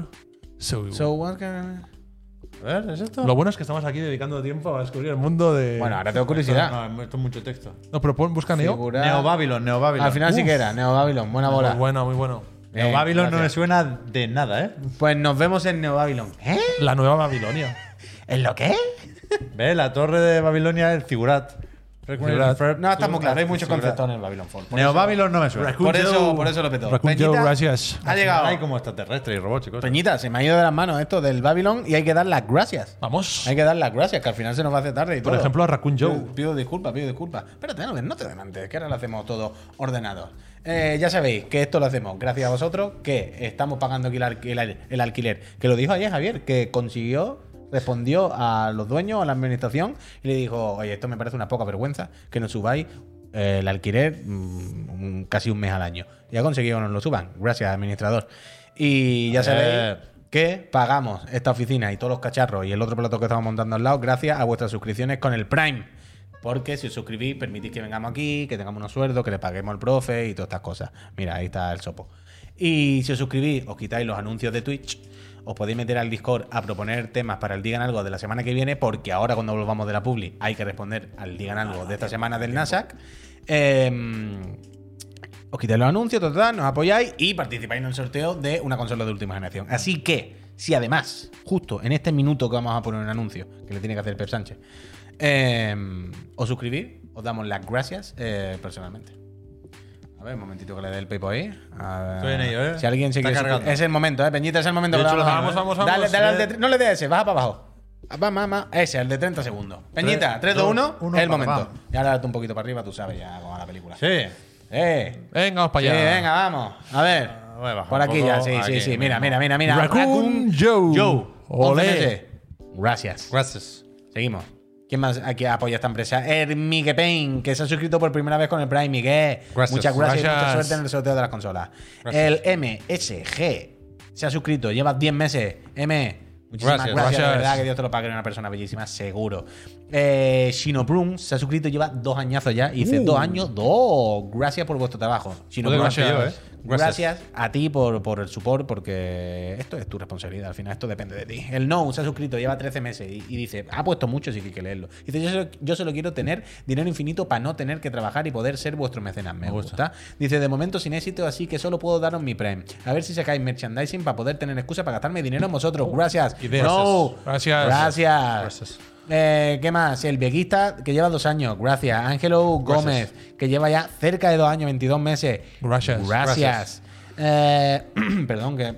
So- So what can- A ver, ¿es esto? lo bueno es que estamos aquí dedicando tiempo a descubrir el mundo de. Bueno, ahora tengo Esto- curiosidad. No, esto es mucho texto. no, pero pon- busca Neo. Figurar- Neo Babylon, Neo Babylon. Al final sí que era. Neo Babylon. Buena bola. Muy bueno, muy bueno. Neo Eh, Babylon no me gracias. suena de nada, ¿eh? Pues nos vemos en Neo Babylon. ¿Eh? La nueva Babilonia. ¿En lo qué? Ve, la torre de Babilonia es Figurat. Figurat. No, estamos claros. Hay muchos Figurat. conceptos en el Babylon Fall. Por, Neo Babylon no me suena. por eso, por eso lo petó. Raccoon Joe, Peñita, gracias. Ha Hay llegado. como extraterrestres y robots y cosas. Peñita, se me ha ido de las manos esto del Babylon y hay que dar las gracias. Vamos. Hay que dar las gracias, que al final se nos va a hacer tarde y Por todo. ejemplo, a Raccoon Joe. Pido, pido disculpas, pido disculpas. Espérate, no, no te demantes, que ahora lo hacemos todo ordenado. Eh, ya sabéis que esto lo hacemos gracias a vosotros, que estamos pagando aquí el, alqui- el al- el alquiler. Que lo dijo ayer Javier, que consiguió, respondió a los dueños, a la administración, y le dijo, oye, esto me parece una poca vergüenza, que nos subáis eh, el alquiler mm, un- casi un mes al año. Y ha conseguido que nos lo suban. Gracias, administrador. Y ya sabéis Ayer. que pagamos esta oficina y todos los cacharros y el otro plato que estamos montando al lado gracias a vuestras suscripciones con el Prime. Porque si os suscribís, permitís que vengamos aquí, que tengamos unos sueldos, que le paguemos al profe y todas estas cosas. Mira, ahí está el sopo. Y si os suscribís, os quitáis los anuncios de Twitch, os podéis meter al Discord a proponer temas para el Digan Algo de la semana que viene, porque ahora cuando volvamos de la Publi hay que responder al Digan Algo de esta semana del NASAC. Em, os quitáis los anuncios, total, nos apoyáis y participáis en el sorteo de una consola de última generación. Así que, si además, justo en este minuto que vamos a poner un anuncio, que le tiene que hacer Pep Sánchez, eh, os suscribís, os damos las gracias eh, personalmente. A ver, un momentito que le dé el Pepo ahí. A ver, Estoy en ello, ¿eh? Si alguien se Está quiere cargando. suscribir- Es el momento, ¿eh? Peñita, es el momento. De que hecho, lo lo vamos a vamos, hacer. vamos, Dale, dale al eh. de- no le dé a ese, baja para abajo. Ah, Va, más, más. Ese, el de 30 segundos. Peñita, 3, 2, 1, uno, es el pa, momento. pa. Y ahora date un poquito para arriba, tú sabes ya cómo va la película. Sí. Eh, Venga, vamos para Sí, allá. venga, vamos. A ver. Ah, voy a bajar Por un aquí poco. ya, sí, sí, Aquí, sí. mira. Mira, mira, mira, mira. Raccoon Joe. Joe. Olé. 11 meses. Gracias. Gracias. Seguimos. ¿Quién más aquí ah, pues apoya esta empresa? El Miguel Payne, que se ha suscrito por primera vez con el Prime. Miguel, Gracias. muchas gracias, y mucha Gracias. suerte en el sorteo de las consolas. Gracias. El MSG se ha suscrito, lleva 10 meses. M, muchísimas gracias, Gracias. de Gracias. verdad, que Dios te lo pague, eres una persona bellísima, seguro. Eh, Shinoprun se ha suscrito, lleva dos añazos ya, y dice, dos años, dos. Gracias por vuestro trabajo. Shinoprun, Uh. Joder, gracias yo, ¿eh? Gracias. Gracias. a ti por, por el support, porque esto es tu responsabilidad. Al final, esto depende de ti. El No se ha suscrito, lleva 13 meses y, y dice: Ha puesto mucho, sí que hay que leerlo. Dice: Yo solo, yo solo quiero tener dinero infinito para no tener que trabajar y poder ser vuestro mecenas. Me, gusta. Dice: De momento sin éxito, así que solo puedo daros mi Prime. A ver si sacáis merchandising para poder tener excusa para gastarme dinero en vosotros. Gracias. Ideas. No. Gracias. Gracias. Gracias. Eh, ¿Qué más? El vieguista que lleva dos años. Gracias. Ángelo Gómez, Ah, que lleva ya cerca de dos años, 22 meses. Gracias. Gracias. Eh, perdón, que.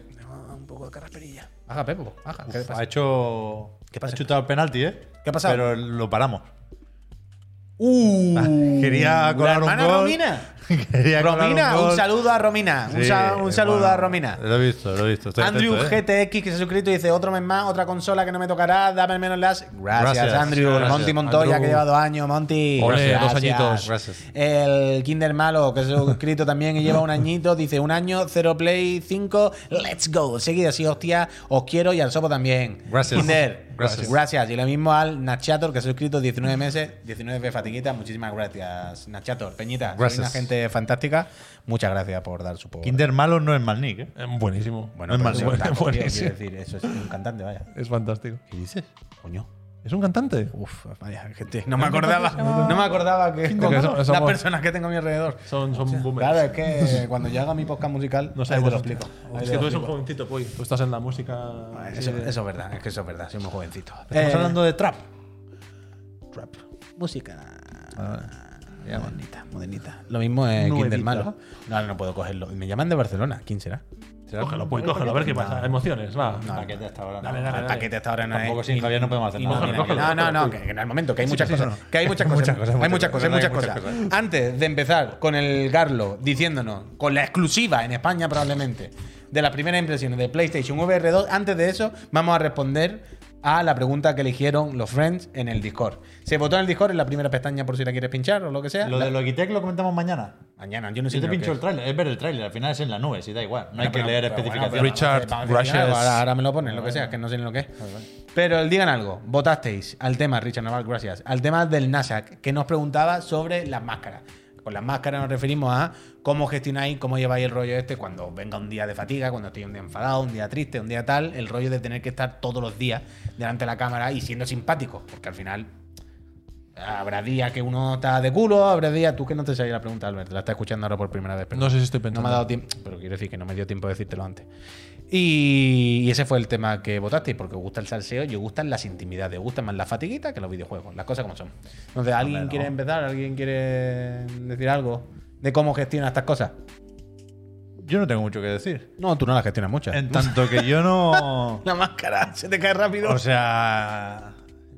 Un poco de carrasperilla. Baja, Pepo, baja. ¿Qué Uf, te pasa? ha hecho. ¿Qué pasa? Ha chutado el penalti, ¿eh? ¿Qué ha pasado? Pero lo paramos. Uh, quería la colar un hermana gol. Romina. Quería colar Romina, un, gol. saludo a Romina. un, Sí, sa- un saludo bueno, a Romina. Lo he visto, lo he visto. Estoy Andrew atento, ¿eh? GTX que se ha suscrito y dice otro mes más, otra consola que no me tocará, dame al menos las. Gracias, Gracias. Andrew. Gracias, Monty Montoya Andrew. que lleva dos años, Monty. Ole, Gracias. dos añitos. Gracias. El Kinder Malo que se ha suscrito también y lleva un añito, dice un año, cero play, 5, let's go. Seguida así, hostia, os quiero y al Sopo también. Gracias. Kinder, gracias. Gracias. Y lo mismo al Nachator que se ha suscrito 19 meses, 19 fatiguitas. Muchísimas gracias, Nachator. Peñita, sois Gracias. una gente fantástica. Muchas gracias por dar su poco. Kinder malo no es mal nick, ¿eh? Eh, Buenísimo. Bueno, No pero es malo, eso es un bueno, taco, tío, buenísimo. quiero decir, eso es un cantante, vaya. Es fantástico. ¿Qué dices? Coño. ¿Es un cantante? Uf, vaya, gente. No me acordaba, no me acordaba que Que so- las somos- personas que tengo a mi alrededor. Son, son boomers. Claro, es que cuando yo haga mi podcast musical, ahí No te sabemos. lo explico. Ahí te lo Es que tú eres un explico. Ah, jovencito, Puy. Tú estás en la música. Eso, eso es verdad, es que eso es verdad, soy muy jovencito. Estamos Eh, hablando de trap. Trap. Música. Ah, modernita, modernita. Lo mismo es Nuevita. Kinder Malo. No, ahora no puedo cogerlo. Me llaman de Barcelona. ¿Quién será? Cógelo, Puy, cógelo. A ver qué pasa. Emociones, va. No, Paquete hasta ahora. Dale, dale, el dale. paquete hasta ahora no Tampoco es. sin Javier no podemos hacer nada. Cógelo, cógelo. No, no, no, que, que no es el momento, que hay muchas cosas. Que hay muchas Muchas cosas. cosas, Hay muchas muchas cosas, hay muchas cosas, cosas. Antes de empezar con el Garlo diciéndonos, con la exclusiva en España probablemente, de las primeras impresiones de PlayStation VR 2, antes de eso vamos a responder a la pregunta que eligieron los friends en el Discord. Se votó en el Discord en la primera pestaña por si la quieres pinchar o lo que sea. Lo La- de Logitech lo comentamos mañana. Mañana, yo no sé Yo te ni lo pincho que el es. tráiler, es ver el tráiler, al final es en la nube, si da igual, no hay que Pero- leer pero bueno, especificaciones. pero Richard, vamos a decir gracias. algo, Ahora, ahora me lo ponen, lo que sea, que no sé ni lo que es. Pero el digan algo, votasteis al tema, Richard Naval, gracias, al tema del NASAC, que nos preguntaba sobre las máscaras. Con las máscaras nos referimos a cómo gestionáis, cómo lleváis el rollo este cuando os venga un día de fatiga, cuando estéis un día enfadado, un día triste, un día tal, el rollo de tener que estar todos los días delante de la cámara y siendo simpático, porque al final habrá días que uno está de culo, habrá días tú que no te sabías la pregunta, Albert, la estás escuchando ahora por primera vez. pero- No sé si estoy no pensando. me ha dado tiempo, pero quiero decir que no me dio tiempo de decírtelo antes. Y, y ese fue el tema que votasteis, porque os gusta el salseo y os gustan las intimidades, os gustan más las fatiguitas que los videojuegos, las cosas como son. Entonces, ¿alguien no. quiere empezar? ¿Alguien quiere decir algo de cómo gestiona estas cosas? Yo no tengo mucho que decir. No, tú no las gestionas muchas. En tanto que yo no. La máscara se te cae rápido. O sea.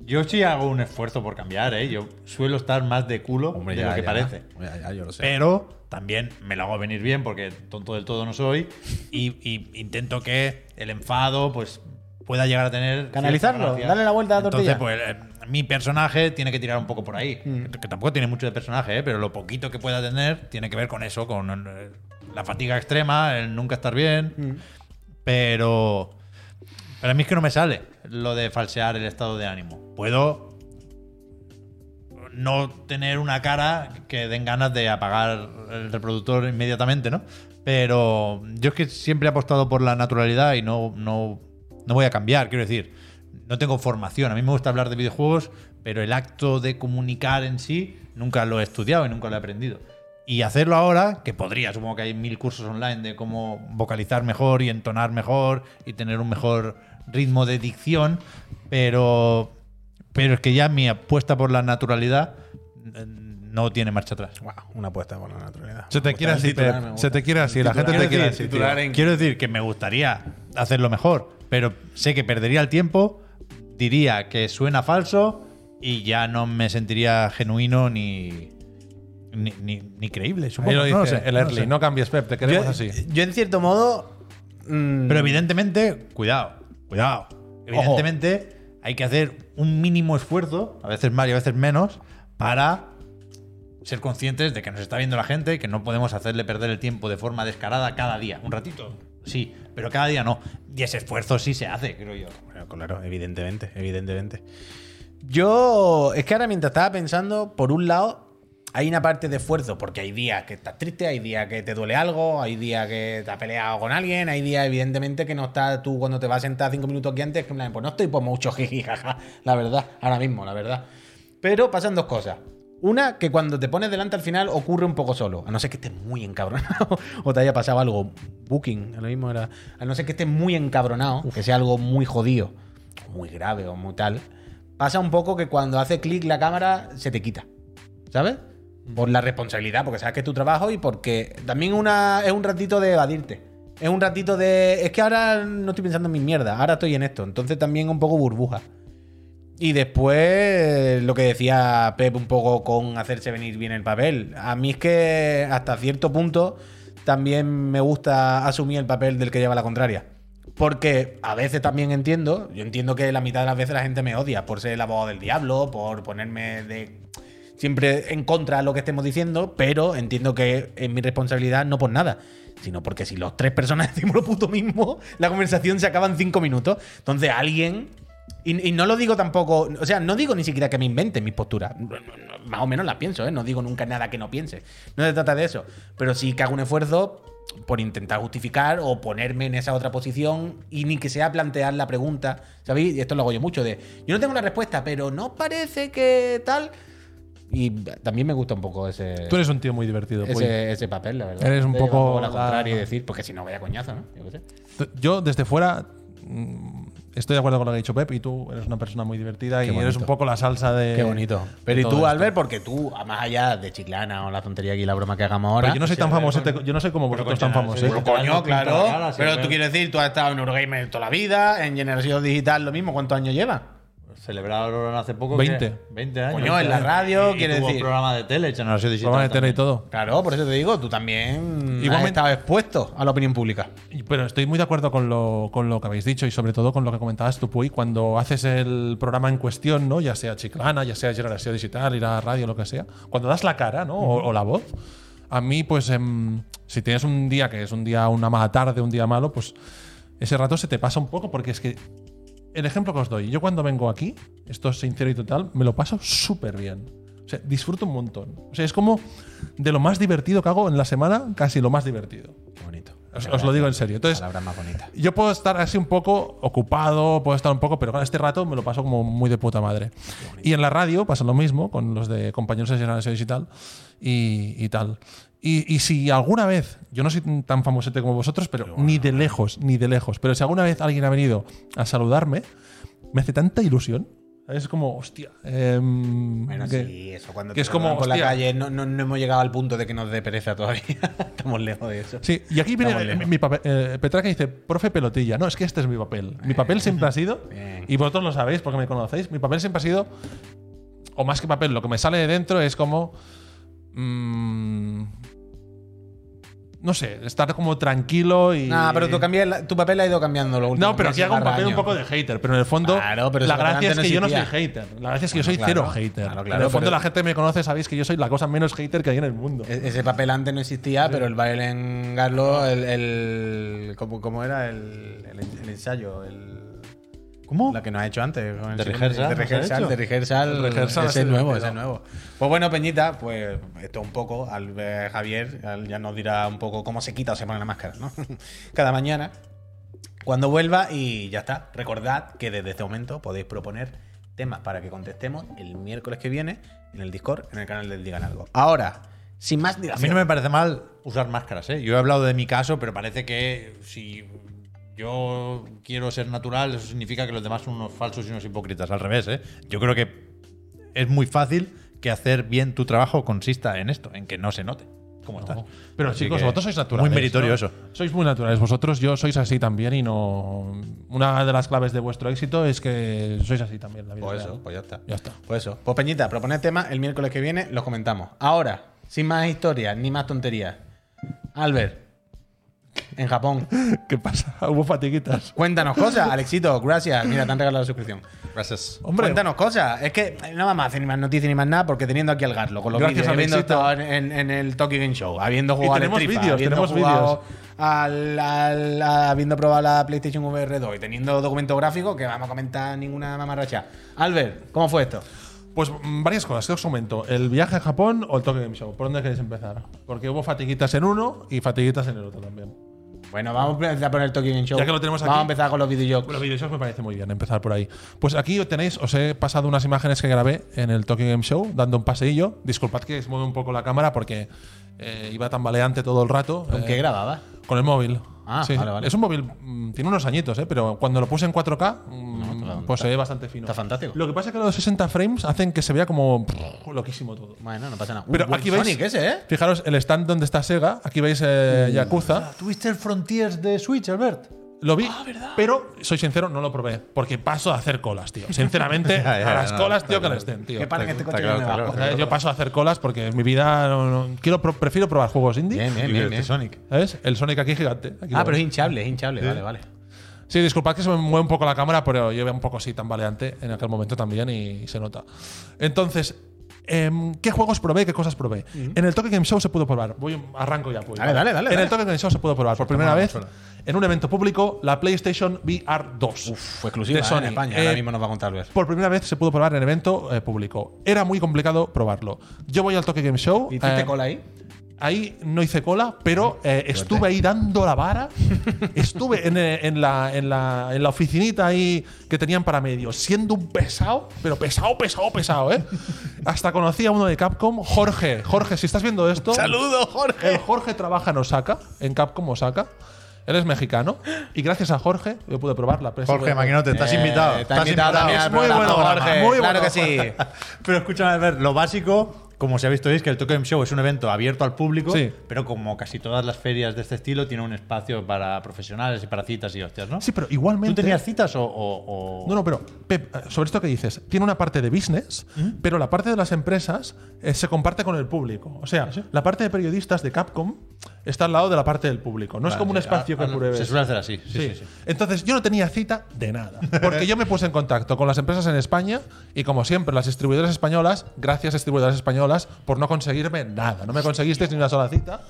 Yo sí hago un esfuerzo por cambiar, ¿eh? Yo suelo estar más de culo de lo que parece. Ya, ya, yo lo sé. Pero también me lo hago venir bien porque tonto del todo no soy. Y, y intento que el enfado, pues, pueda llegar a tener. Canalizarlo, cierta gracia. dale la vuelta a la Entonces, tortilla. Mm. pues, eh, mi personaje tiene que tirar un poco por ahí. Que tampoco tiene mucho de personaje, ¿eh? pero lo poquito que pueda tener tiene que ver con eso, con eh, la fatiga extrema, el nunca estar bien. Mm. Pero. Pero a mí es que no me sale lo de falsear el estado de ánimo. Puedo no tener una cara que den ganas de apagar el reproductor inmediatamente, ¿no? Pero yo es que siempre he apostado por la naturalidad y no, no, no voy a cambiar, quiero decir. No tengo formación. A mí me gusta hablar de videojuegos, pero el acto de comunicar en sí nunca lo he estudiado y nunca lo he aprendido. Y hacerlo ahora, que podría, supongo que hay mil cursos online de cómo vocalizar mejor y entonar mejor y tener un mejor ritmo de dicción, pero pero es que ya mi apuesta por la naturalidad eh, no tiene marcha atrás. Guau, una apuesta por la naturalidad. Se te quiere así, titular, Pep. me Se te quiere así. La gente Quiero te quiere decir, así. tío. titular en- quiero decir que me gustaría hacerlo mejor, pero sé que perdería el tiempo, diría que suena falso y ya no me sentiría genuino ni, ni, ni- ni creíble, supongo. Ahí lo no lo dice sé, el no lo Early. sé. No cambies, Pep. Te queremos así. Yo, en cierto modo. mm, Pero evidentemente, cuidado, cuidado. Evidentemente, hay que hacer un mínimo esfuerzo, a veces más y a veces menos, para ser conscientes de que nos está viendo la gente, que no podemos hacerle perder el tiempo de forma descarada cada día. Un ratito, sí, pero cada día no. Y ese esfuerzo sí se hace, creo yo. Bueno, pues claro, evidentemente, evidentemente. Yo, es que ahora mientras estaba pensando, por un lado, hay una parte de esfuerzo, porque hay días que estás triste, hay días que te duele algo, hay días que te has peleado con alguien, hay días, evidentemente, que no estás tú cuando te vas a sentar cinco minutos aquí antes, que en plan, pues no estoy por mucho jiji, jaja, la verdad, ahora mismo, la verdad. Pero pasan dos cosas. Una, que cuando te pones delante al final ocurre un poco solo. A no ser que estés muy encabronado o te haya pasado algo. Booking, lo mismo era. A no ser que estés muy encabronado, que sea algo muy jodido, muy grave o muy tal. Pasa un poco que cuando hace clic la cámara se te quita. ¿Sabes? Por la responsabilidad, porque sabes que es tu trabajo y porque también una, es un ratito de evadirte. Es un ratito de. Es que ahora no estoy pensando en mis mierdas, ahora estoy en esto. Entonces también un poco burbuja. Y después, lo que decía Pep un poco con hacerse venir bien el papel. A mí es que hasta cierto punto también me gusta asumir el papel del que lleva la contraria. Porque a veces también entiendo, yo entiendo que la mitad de las veces la gente me odia por ser el abogado del diablo, por ponerme de siempre en contra de lo que estemos diciendo, pero entiendo que es mi responsabilidad no por nada, sino porque si los tres personas decimos lo puto mismo, la conversación se acaba en cinco minutos. Entonces alguien y, y no lo digo tampoco, o sea, no digo ni siquiera que me invente mis posturas. No, no, no, Más o menos las pienso, ¿eh? No digo nunca nada que no piense. No se trata de eso. Pero sí que hago un esfuerzo por intentar justificar o ponerme en esa otra posición y ni que sea plantear la pregunta. ¿Sabéis? Y esto lo hago yo mucho de, yo no tengo la respuesta, pero no parece que tal. Y también me gusta un poco ese, Tú eres un tío muy divertido, Puy. ese, ese papel, la verdad. Eres un Te lleva poco Ah. Eh. la la- contraria y decir, porque si no, vaya coñazo, ¿no? Yo qué sé. Yo, desde fuera, mm, estoy de acuerdo con lo que ha dicho Pep y tú eres una persona muy divertida y eres bonito. un poco la salsa de. Qué bonito. Pero de y todo tú, esto. Albert, porque tú, más allá de Chiclana o la tontería aquí, la broma que hagamos ahora. Pero Pues yo no soy tan famoso, yo no soy como vosotros tan famosos. Pero ¿eh? coño, claro. cara, sí, pero pero- tú quieres decir, tú has estado en Eurogamer toda la vida, en Generación Digital lo mismo. ¿Cuántos años llevas? Pues Celebraron hace poco. 20. que- 20 años. Coño, en la radio, Y quiere tuvo decir. programa de tele, Generación Digital. Programa de tele y también. todo. Claro, por eso te digo, tú también Igualmente- has estado expuesto a la opinión pública. Y- Pero estoy muy de acuerdo con lo, con lo que habéis dicho y sobre todo con lo que comentabas tú, Puy, cuando haces el programa en cuestión, ¿no? Ya sea Chiclana, ya sea Generación Digital, ir a la radio, lo que sea. Cuando das la cara, ¿no? O, o la voz. A mí, pues, em, si tienes un día que es un día, una mala tarde, un día malo, pues ese rato se te pasa un poco porque es que el ejemplo que os doy, yo cuando vengo aquí, esto es sincero y total, me lo paso súper bien. O sea, disfruto un montón. O sea, es como de lo más divertido que hago en la semana, casi lo más divertido. Qué bonito. Os, os lo digo en serio. Entonces, Palabras más bonitas. yo puedo estar así un poco ocupado, puedo estar un poco, pero con este rato me lo paso como muy de puta madre. Y en la radio pasa lo mismo con los de compañeros de generación digital y, y tal. Y, y si alguna vez, yo no soy tan famosete como vosotros, pero ni eh. de lejos, ni de lejos, pero si alguna vez alguien ha venido a saludarme, me hace tanta ilusión. Es como, hostia. em, Bueno, que- sí, eso cuando que te es como, saludan por la hostia. calle no, no- no hemos llegado al punto de que nos dé pereza todavía. Estamos lejos de eso. Sí, y aquí viene Estamos eh, lejos. mi papel. eh, Petraca dice, profe pelotilla. No, es que este es mi papel. Mi papel siempre ha sido, Bien. y vosotros lo sabéis porque me conocéis, mi papel siempre ha sido, o más que papel, lo que me sale de dentro es como... mm, no sé, estar como tranquilo y... Nah, pero tu, cambié la- tu papel ha ido cambiando lo último. No, pero aquí hago un papel un poco de hater, pero en el fondo Claro, pero la eso antes gracia es no que yo no soy existía. hater. La gracia es que yo soy Bueno, cero claro, hater. claro, en claro, el fondo pero- la gente me conoce, sabéis que yo soy la cosa menos hater que hay en el mundo. E- Ese papel antes no existía, pero el baile en Garlo, el. el ¿cómo, cómo era? El, el en- el ensayo. El, ¿Cómo? La que nos ha hecho antes. con el De segundo- rehearsal, De ¿nos ha rehearsal, hecho? de rehearsal. De rehearsal, Ese ese es nuevo, me ese es quedó. nuevo. Pues bueno, Peñita, pues esto un poco. Al ver Javier al- ya nos dirá un poco cómo se quita o se pone la máscara, ¿no? Cada mañana. Cuando vuelva y ya está. Recordad que desde este momento podéis proponer temas para que contestemos el miércoles que viene en el Discord, en el canal del Digan Algo. Ahora, sin más A dilación. mí no me parece mal usar máscaras, ¿eh? Yo he hablado de mi caso, pero parece que si yo quiero ser natural, eso significa que los demás son unos falsos y unos hipócritas. Al revés, ¿eh? Yo creo que es muy fácil que hacer bien tu trabajo consista en esto, en que no se note cómo estás. Pero Así chicos, que vosotros sois naturales. Muy meritorio ¿no? eso. Sois muy naturales. Vosotros, yo sois así también y no. Una de las claves de vuestro éxito es que sois así también. en La vida Pues real. eso, pues ya está. Ya está. Pues eso. Pues Peñita, proponed temas el miércoles que viene, los comentamos. Ahora, sin más historias ni más tonterías. Albert, en Japón. ¿Qué pasa? Hubo fatiguitas. Cuéntanos cosas, Alexito, gracias. Mira, te han regalado la suscripción. Gracias. Hombre. Cuéntanos cosas. Es que no vamos a hacer ni más noticias ni más nada porque teniendo aquí al Garlo, con los Gracias, vídeos, habiendo Alexito. estado en, en- en el Tokyo Game Show, habiendo jugado al tenemos Strifa, vídeos, habiendo tenemos jugado al- al- a- habiendo probado la PlayStation VR 2 y teniendo documento gráfico, que vamos a comentar ninguna mamarracha. Albert, ¿cómo fue esto? Pues mm, varias cosas, ¿qué os comento? ¿El viaje a Japón o el Tokyo Game Show? ¿Por dónde queréis empezar? Porque hubo fatiguitas en uno y fatiguitas en el otro también. Bueno, vamos a empezar por el Tokyo Game Show. Ya que lo tenemos Vamos a aquí. empezar con los videojuegos. Los videojuegos me parece muy bien empezar por ahí. Pues aquí tenéis, os he pasado unas imágenes que grabé en el Tokyo Game Show, dando un paseillo. Disculpad que se mueve un poco la cámara porque eh, iba tambaleante todo el rato. ¿Con Eh, qué grababa? Con el móvil. Ah, vale, vale. Es un móvil, mm, tiene unos añitos, ¿eh? pero cuando lo puse en 4K, mm, claro, pues se ve bastante fino. está fantástico. Lo que pasa es que los 60 frames hacen que se vea como prr, loquísimo todo. Bueno, no pasa nada. Pero Uh, buen aquí veis. Sonic ese, ¿eh? Mm. Fijaros, el stand donde está Sega, aquí veis eh, Yakuza. ¿Twister Frontiers de Switch, Albert? Lo Ah, vi, pero soy sincero, no lo probé. Porque paso a hacer colas, tío. Sinceramente, Ya, ya, a las no, colas, está tío, que claro. les den, tío. Que para que este Está coche claro, no me está va. claro. O sea, Yo paso a hacer colas porque en mi vida no- no- quiero, pro- prefiero probar juegos indie. Bien, bien, Y bien, verte bien. Sonic. ¿Sabes? El este Sonic aquí gigante. Aquí Ah, lo pero es veis. hinchable, es hinchable. Vale, vale. Sí, disculpad que se me mueve un poco la cámara, pero yo veo un poco así tambaleante en aquel momento también y se nota. Entonces, em, ¿qué juegos probé? ¿Qué cosas probé? En el Tokyo Game Show se pudo probar. Voy, arranco ya, pues. Dale, dale, dale, En el dale. Tokyo Game Show se pudo probar por primera vez en un evento público la PlayStation VR 2. Uf, fue exclusiva de ¿eh? Sony. en España. Ahora Eh, mismo nos va a contar Albert. por primera vez se pudo probar en evento eh, público. Era muy complicado probarlo. Yo voy al Tokyo Game Show. ¿Y hiciste eh, cola ahí? Ahí no hice cola, pero eh, estuve ahí dando la vara. estuve en, eh, en la, en la- en la oficinita ahí que tenían para medios, siendo un pesado, pero pesado, pesado, pesado, ¿eh? Hasta conocí a uno de Capcom, Jorge. Jorge, si estás viendo esto. ¡Saludos, El Jorge! Jorge trabaja en Osaka, en Capcom Osaka. Él es mexicano. Y gracias a Jorge, yo pude probar la PSVR. Jorge Maquinote, estás invitado. Está invitado también Es al muy programa, bueno, Jorge. muy claro bueno, que sí. Pero escúchame, Albert, lo básico, como se ha visto, hoy, es que el Tokyo Game Show es un evento abierto al público, Sí. pero como casi todas las ferias de este estilo, tiene un espacio para profesionales y para citas y hostias, ¿no? Sí, pero ¿Tú igualmente. tenías citas o...? o- o- No, no, pero Pep, eh, sobre esto que dices, tiene una parte de business, pero la parte de las empresas eh, se comparte con el público. O sea, la parte de periodistas de Capcom está al lado de la parte del público. No es Vale, como un sí, espacio ah, que ah, pruebes. Se suele hacer así, sí, Sí. sí, sí. Entonces yo no tenía cita de nada, porque yo me puse en contacto con las empresas en España y como siempre las distribuidoras españolas, gracias distribuidoras españolas por no conseguirme nada, no me conseguisteis ni una sola cita,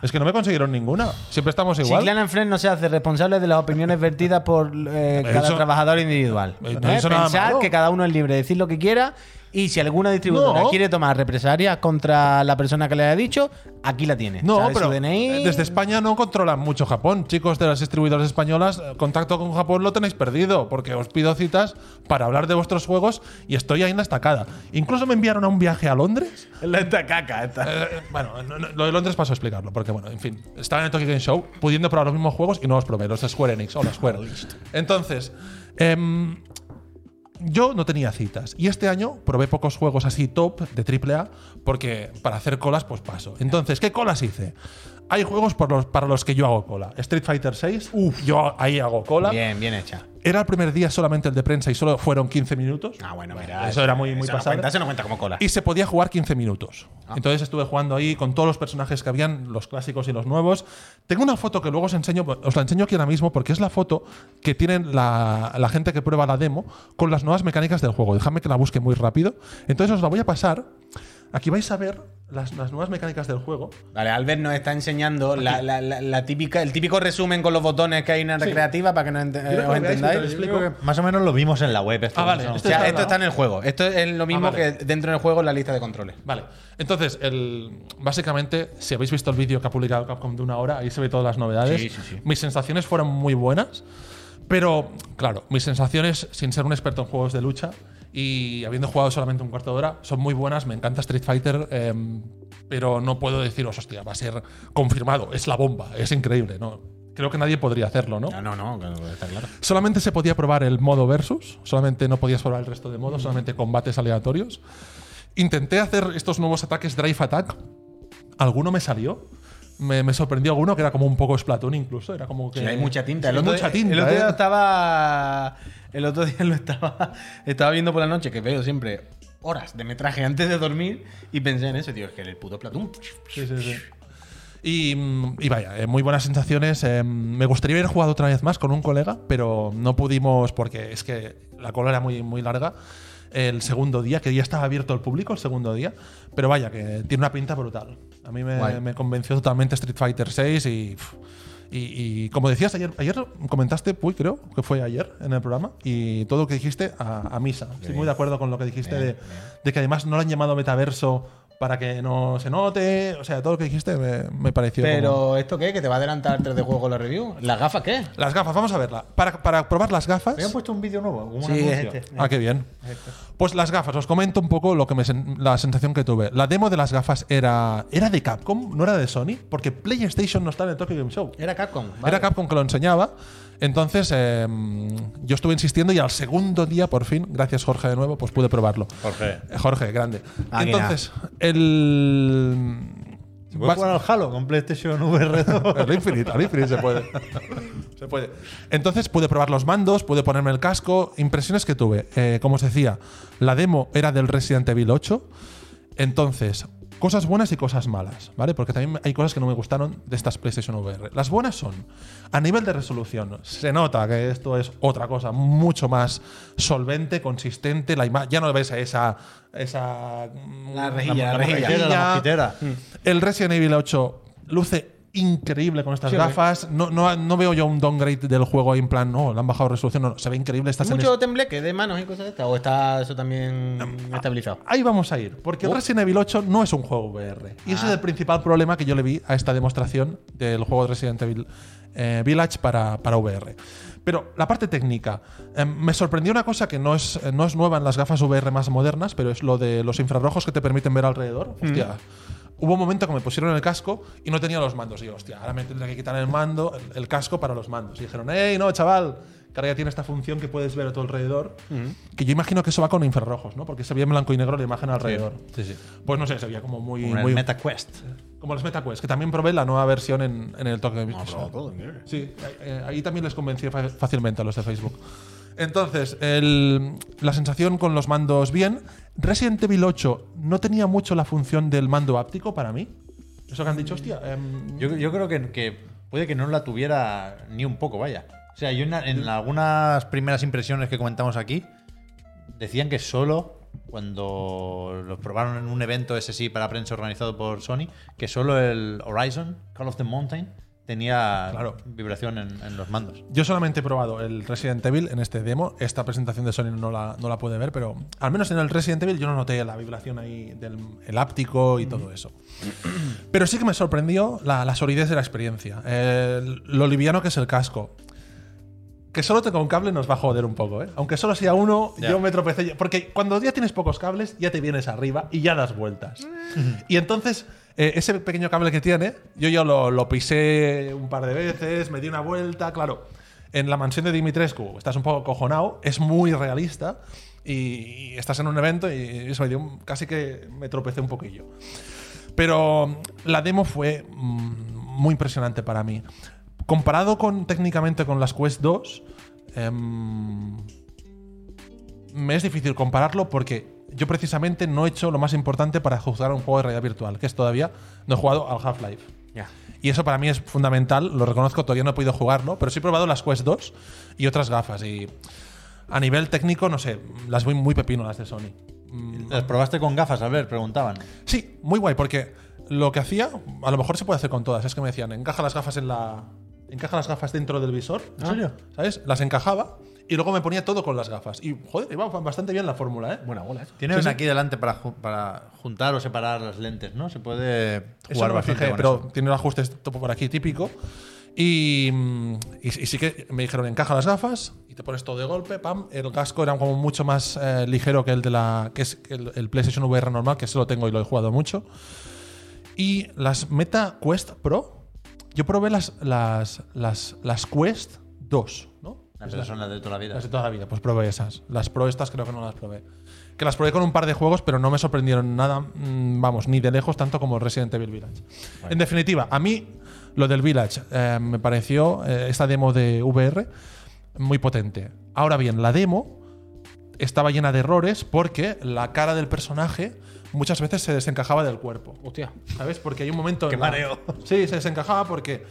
es que no me consiguieron ninguna, siempre estamos igual. Chiclana en Fren no se hace responsable de las opiniones vertidas por eh, Eso- cada trabajador individual. Eh, no ¿Eh? hizo nada Pensar malo. que cada uno es libre de decir lo que quiera y si alguna distribuidora No. quiere tomar represalias contra la persona que le haya dicho, aquí la tiene. No, ¿Sabe su pero DNI? eh, desde España no controlan mucho Japón. Chicos de las distribuidoras españolas, eh, contacto con Japón lo tenéis perdido, porque os pido citas para hablar de vuestros juegos y estoy ahí en la estacada. Incluso me enviaron a un viaje a Londres. La esta caca, esta. Eh, bueno, no- no, lo de Londres paso a explicarlo, porque bueno, en fin, estaba en el Tokyo Game Show pudiendo probar los mismos juegos y no los probé, los de Square Enix o la Square. Entonces, em, yo no tenía citas y este año probé pocos juegos así top de AAA porque para hacer colas pues paso. Entonces, ¿qué colas hice? Hay juegos por los, para los que yo hago cola. Street Fighter 6, yo ahí hago cola. Bien, bien hecha. Era el primer día solamente el de prensa y solo fueron 15 minutos. Ah, bueno, mira. Eso era muy, muy eso no pasable. cuenta, eso no cuenta como cola. Y se podía jugar 15 minutos. Entonces estuve jugando ahí con todos los personajes que habían, los clásicos y los nuevos. Tengo una foto que luego os enseño, os la enseño aquí ahora mismo porque es la foto que tienen la, la gente que prueba la demo con las nuevas mecánicas del juego. Dejadme que la busque muy rápido. Entonces os la voy a pasar. Aquí vais a ver las, las nuevas mecánicas del juego. Vale, Albert nos está enseñando la, la- la- la típica, el típico resumen con los botones que hay en la recreativa para que no ent- eh, que lo os veáis mientras entendáis. yo explico. Más o menos lo vimos en la web. esto, Ah, vale, ¿no? O sea, Esto está esto al está Ah, lado. en el juego. Esto es lo mismo vale. que dentro del juego en la lista de controles. Vale. Entonces, el, básicamente, si habéis visto el vídeo que ha publicado Capcom de una hora, ahí se ve todas las novedades. Sí, sí, sí. Mis sensaciones fueron muy buenas, pero claro, mis sensaciones, sin ser un experto en juegos de lucha y habiendo jugado solamente un cuarto de hora, son muy buenas. Me encanta Street Fighter, eh, pero no puedo deciros, hostia, va a ser confirmado, es la bomba, es increíble, ¿no? Creo que nadie podría hacerlo, ¿no? No, no, no, está claro. Solamente se podía probar el modo versus, solamente no podías probar el resto de modos, solamente combates aleatorios. Intenté hacer estos nuevos ataques Drive Attack. Alguno me salió. Me, me sorprendió alguno que era como un poco Splatoon incluso. Era como que. Sí, hay mucha tinta. Sí, El otro, mucha día- tinta. el otro día ¿eh? estaba. El otro día lo estaba. Estaba viendo por la noche, que veo siempre horas de metraje antes de dormir. Y pensé en eso, tío, es que el puto Platón. Sí, sí, sí. Y, mm, y vaya, eh, muy buenas sensaciones. Eh, me gustaría haber jugado otra vez más con un colega, pero no pudimos porque es que la cola era muy, muy larga. El segundo día, que ya estaba abierto al público el segundo día, pero vaya, que tiene una pinta brutal. A mí me, Guay. me convenció totalmente Street Fighter 6 y, pf, y, y como decías ayer, ayer comentaste, Puy, creo que fue ayer en el programa, y todo lo que dijiste a, a misa. Estoy muy de acuerdo con lo que dijiste de, de que además no lo han llamado metaverso para que no se note. O sea, todo lo que dijiste me, me pareció. como- Pero, ¿esto qué? ¿Que te va a adelantar 3 de juego con la review? ¿Las gafas qué? Las gafas, vamos a verla. Para, para probar las gafas. Habían puesto un vídeo nuevo, un Sí, anuncio. este. Ah, qué bien. Pues las gafas, os comento un poco lo que me sen- la sensación que tuve. La demo de las gafas era, era de Capcom, no era de Sony, porque PlayStation no está en el Tokyo Game Show. Era Capcom. vale. Era Capcom que lo enseñaba. Entonces, eh, yo estuve insistiendo y al segundo día, por fin, gracias Jorge de nuevo, pues pude probarlo. Jorge. Eh, Jorge, grande. Máquina. Entonces, el. ¿Se puede vas- jugar al Halo con PlayStation VR 2? al Infinite, al Infinite se puede. Se puede. Entonces pude probar los mandos, pude ponerme el casco. Impresiones que tuve. Eh, como os decía, la demo era del Resident Evil 8. Entonces, cosas buenas y cosas malas, ¿vale? Porque también hay cosas que no me gustaron de estas PlayStation VR. Las buenas son, a nivel de resolución, se nota que esto es otra cosa mucho más solvente, consistente. La ima- ya no ves a esa. esa La rejilla, la rejilla. mosquitera, la mosquitera. Mm. el Resident Evil 8 luce increíble con estas Sí, gafas. No, no, no veo yo un downgrade del juego ahí en plan, no, le han bajado resolución. No, no, se ve increíble. Estás en ¿Mucho es- tembleque de manos y cosas de estas? ¿O está eso también estabilizado? Ahí vamos a ir, porque Oh. el Resident Evil 8 no es un juego VR. Y Ah. ese es el principal problema que yo le vi a esta demostración del juego de Resident Evil eh, Village para, para VR. Pero la parte técnica. eh, me sorprendió una cosa que no es, eh, no es nueva en las gafas VR más modernas, pero es lo de los infrarrojos que te permiten ver alrededor. Mm. Hostia. Hubo un momento que me pusieron el casco y no tenía los mandos. Y yo, hostia, ahora me tendré que quitar el mando, el, el casco para los mandos. Y dijeron, hey, no, chaval, que ahora ya tiene esta función que puedes ver a tu alrededor. Que yo imagino que eso va con infrarrojos, ¿no? Porque se veía en blanco y negro la imagen alrededor. Sí, sí. Pues no sé, se veía como muy. Como en muy- el MetaQuest. como los MetaQuest, que también probé la nueva versión en, en el toque de todo, mira. Sí, eh, eh, ahí también les convencí fa- fácilmente a los de Facebook. Entonces, el- la sensación con los mandos bien. Resident Evil 8 no tenía mucho la función del mando áptico para mí. Eso que han dicho, hostia. em, Yo, yo creo que, que puede que no la tuviera ni un poco, vaya. O sea, yo en, a- en algunas primeras impresiones que comentamos aquí, decían que solo cuando los probaron en un evento ese sí para prensa organizado por Sony, que solo el Horizon, Call of the Mountain, tenía Claro. vibración en, en los mandos. Yo solamente he probado el Resident Evil en este demo. Esta presentación de Sony no la, no la pude ver, pero al menos en el Resident Evil yo no noté la vibración ahí del el áptico y todo eso. Pero sí que me sorprendió la, la solidez de la experiencia. El- lo liviano que es el casco. Que solo tenga un cable nos va a joder un poco, ¿eh? Aunque solo sea uno, Ya. yo me tropecé. Porque cuando ya tienes pocos cables, ya te vienes arriba y ya das vueltas. y entonces, eh, ese pequeño cable que tiene, yo ya lo, lo pisé un par de veces, me di una vuelta, claro. En la mansión de Dimitrescu estás un poco cojonado, es muy realista y, y estás en un evento y eso, yo casi que me tropecé un poquillo. Pero mm, la demo fue mm, muy impresionante para mí. Comparado con técnicamente con las Quest 2, em, me es difícil compararlo porque yo precisamente no he hecho lo más importante para juzgar un juego de realidad virtual, que es todavía no he jugado al Half-Life. Ya. Y eso para mí es fundamental, lo reconozco, todavía no he podido jugarlo, pero sí he probado las Quest 2 y otras gafas. Y a nivel técnico, no sé, las voy muy pepino las de Sony. Mm, ¿Las probaste con gafas? A ver, preguntaban. Sí, muy guay, porque lo que hacía, a lo mejor se puede hacer con todas, es que me decían, encaja las gafas en la. Encaja las gafas dentro del visor. ¿En serio? ¿Sabes? Las encajaba y luego me ponía todo con las gafas. Y joder, iba bastante bien la fórmula, ¿eh? Buena bola, ¿eh? Tienen Sí, sí. aquí delante para, ju- para juntar o separar las lentes, ¿no? Se puede Eso jugar no me bastante fijé, con pero eso. tiene un ajuste topo por aquí típico. Y, mm, y, y sí que me dijeron, encaja las gafas y te pones todo de golpe, pam. El casco era como mucho más eh, ligero que el de la que es que el, el PlayStation VR normal, que eso lo tengo y lo he jugado mucho. Y las Meta Quest Pro, yo probé las, las, las, las Quest 2, ¿no? Las personas de toda la vida. Las de toda la vida, pues probé esas. Las pro estas creo que no las probé. Que las probé con un par de juegos, pero no me sorprendieron nada, mm, vamos, ni de lejos tanto como Resident Evil Village. En definitiva, a mí lo del Village eh, me pareció eh, esta demo de VR muy potente. Ahora bien, la demo estaba llena de errores porque la cara del personaje muchas veces se desencajaba del cuerpo. Hostia. ¿Sabes? Porque hay un momento. Qué en la- mareo. Sí, se desencajaba porque.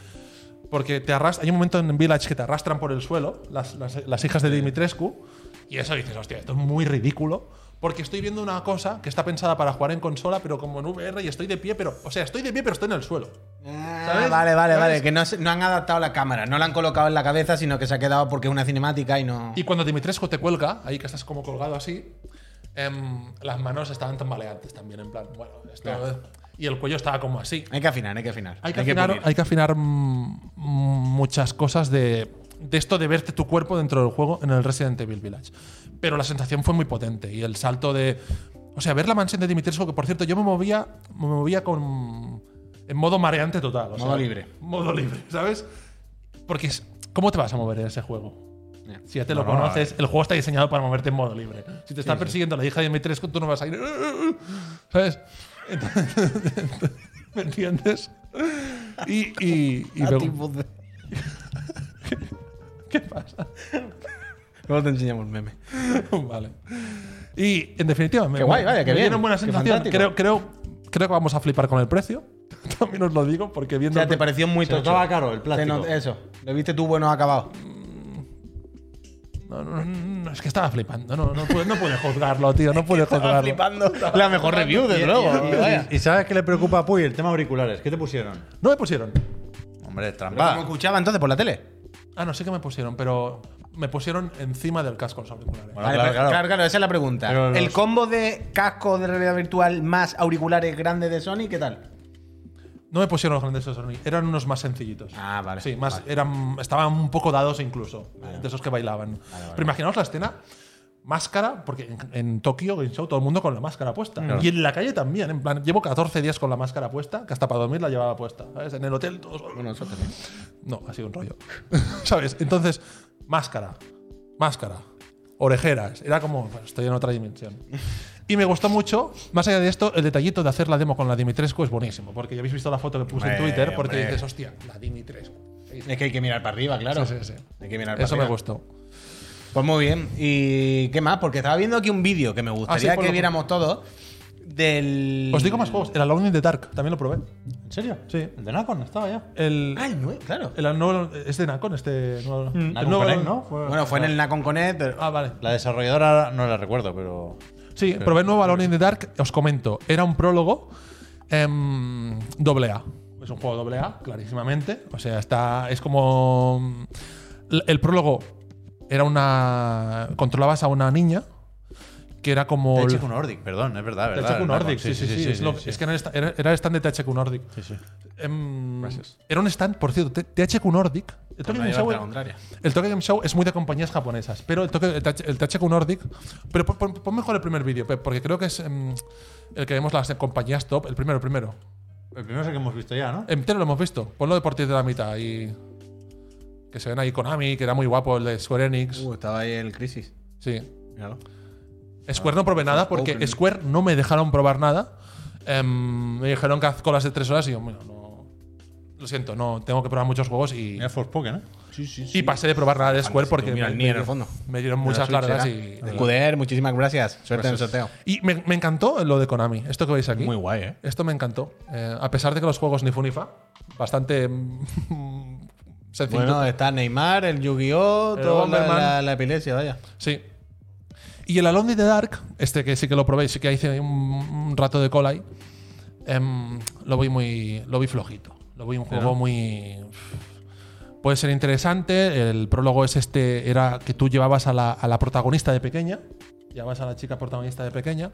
Porque te arras- hay un momento en Village que te arrastran por el suelo, las, las- las hijas de Dimitrescu, y eso dices, hostia, esto es muy ridículo, porque estoy viendo una cosa que está pensada para jugar en consola, pero como en VR, y estoy de pie, pero. O sea, estoy de pie, pero estoy en el suelo. Ah, ¿Sabes? Vale, vale, ¿Sabes? vale. Que no, se- no han adaptado la cámara. No la han colocado en la cabeza, sino que se ha quedado porque es una cinemática y no. Y cuando Dimitrescu te cuelga, ahí que estás como colgado así, em, las manos estaban tambaleantes también, en plan, bueno, esto. Y el cuello estaba como así. Hay que afinar, hay que afinar. Hay que, afinar, pulir. hay que afinar, mm, mm, muchas cosas de, de esto de verte tu cuerpo dentro del juego en el Resident Evil Village. Pero la sensación fue muy potente y el salto de. O sea, ver la mansión de Dimitrescu, que por cierto, yo me movía, me movía con. en modo mareante total. o Modo sea, libre. Modo libre, ¿sabes? Porque es. ¿Cómo te vas a mover en ese juego? Ya. Si ya te lo No, no, conoces, el juego está diseñado para moverte en modo libre. Si te está persiguiendo la hija de Dimitrescu, tú no vas a ir. ¿Sabes? Entonces, ¿Me entiendes? Y, y, y A me- ti, puta. ¿Qué pasa? Luego te enseñamos el meme. vale. Y en definitiva, me, Qué guay, vaya, me qué bien, dieron buena qué sensación. fantástico. Creo, creo, creo que vamos a flipar con el precio. También os lo digo, porque O viendo. sea, te pareció muy Se tocho. notaba caro el Te plástico. not- eso. ¿Le viste tú buenos acabados? no, no, no, no, es que estaba flipando. No, no, pude, no pude juzgarlo, tío. No pude juzgarlo. flipando. La mejor review, desde luego. Y- Vaya. ¿Y sabes qué le preocupa a Puy? El tema auriculares. ¿Qué te pusieron? No me pusieron. Hombre, ¿Cómo trampa. escuchaba entonces por la tele? Ah, no sé qué me pusieron, pero me pusieron encima del casco los auriculares. Bueno, claro, pero- claro. pues, esa es la pregunta. Pero los- El combo de casco de realidad virtual más auriculares grandes de Sony, ¿qué tal? No me pusieron los grandes de Sony, eran unos más sencillitos. Ah, vale, Sí, más, vale. eran, estaban un poco dados incluso, de esos que bailaban. Pero imaginaos la escena, máscara, porque en, en Tokio, Game Show, todo el mundo con la máscara puesta. Y en la calle también, en plan, llevo 14 días con la máscara puesta, que hasta para dormir la llevaba puesta. ¿sabes? En el hotel, todos. No, ha sido un rollo. ¿Sabes? Entonces, máscara, máscara, orejeras. Era como, bueno, estoy en otra dimensión. Y me gustó mucho, más allá de esto, el detallito de hacer la demo con la Dimitrescu es buenísimo, porque ya habéis visto la foto que puse en Hombre, Twitter, porque hombre. dices, hostia, la Dimitrescu. Es que hay que mirar para arriba, claro. Sí, sí, sí. Hay que mirar para Eso me arriba. gustó. Pues muy bien. ¿Y qué más? Porque estaba viendo aquí un vídeo que me gustaría Ah, sí, por que lo- viéramos todos. Del. Os digo más juegos, el Alone in the Dark, también lo probé. ¿En serio? Sí. El de Nacon estaba ya. El, Ah, el nuevo, claro. el nuevo- es de Nacon, este nuevo. el Mm. Nacon nuevo- Connect, ¿no? Fue- Bueno, fue en el Nacon Connect, pero. Ah, vale. La desarrolladora no la recuerdo, pero. Sí, probé el nuevo Alone in the Dark, os comento. Era un prólogo em, doble A. Es un juego doble A, clarísimamente. O sea, está. Es como. mm, l- El prólogo era una. Controlabas a una niña que era como. THQ Nordic, perdón, es verdad, verdad. THQ el Nordic, sí, Nacon. sí, sí. Es lo- sí, es que era el esta- era era el stand de THQ Nordic. sí, sí. Em, Era un stand, por cierto, T- THQ Nordic. El Tokyo, Game Show, la contraria. el Tokyo Game Show es muy de compañías japonesas, pero el, Tokyo- el TH el THQ Nordic. Pero pon, pon- pon mejor el primer vídeo, Pep, porque creo que es em, el que vemos las compañías top. El primero, el primero. El primero es el que hemos visto ya, ¿no? Entero lo hemos visto. Ponlo de partir de la mitad y. Que se ven ahí Konami, que era muy guapo el de Square Enix. Uh, estaba ahí el Crisis. Sí. Míralo. Square no probé nada porque Open. Square no me dejaron probar nada. Em, me dijeron que haz colas de tres horas y yo, bueno, no. Lo siento, no, tengo que probar muchos juegos y. Mira Forspoken, ¿eh? Sí, sí, Y pasé de probar nada de Square Fantástico, porque mira, me, el Nier me- al fondo. me dieron muchas largas Ah. y, Cuder, muchísimas gracias. Suerte en el sorteo. y me, me encantó lo de Konami, esto que veis aquí. Muy guay, ¿eh? Esto me encantó. Eh, a pesar de que los juegos ni funifa, bastante mm, sencillo. Bueno, está Neymar, el Yu-Gi-Oh, El toda la, Bomberman. la- la epilepsia, vaya. Sí. Y el Alone in the Dark, este que sí que lo probé, sí que hice un, un rato de cola ahí, em, lo vi muy. Lo vi flojito. Lo vi un juego muy. Puede ser interesante. El prólogo es este. Era que tú llevabas a la, a la protagonista de pequeña. Llevabas a la chica protagonista de pequeña.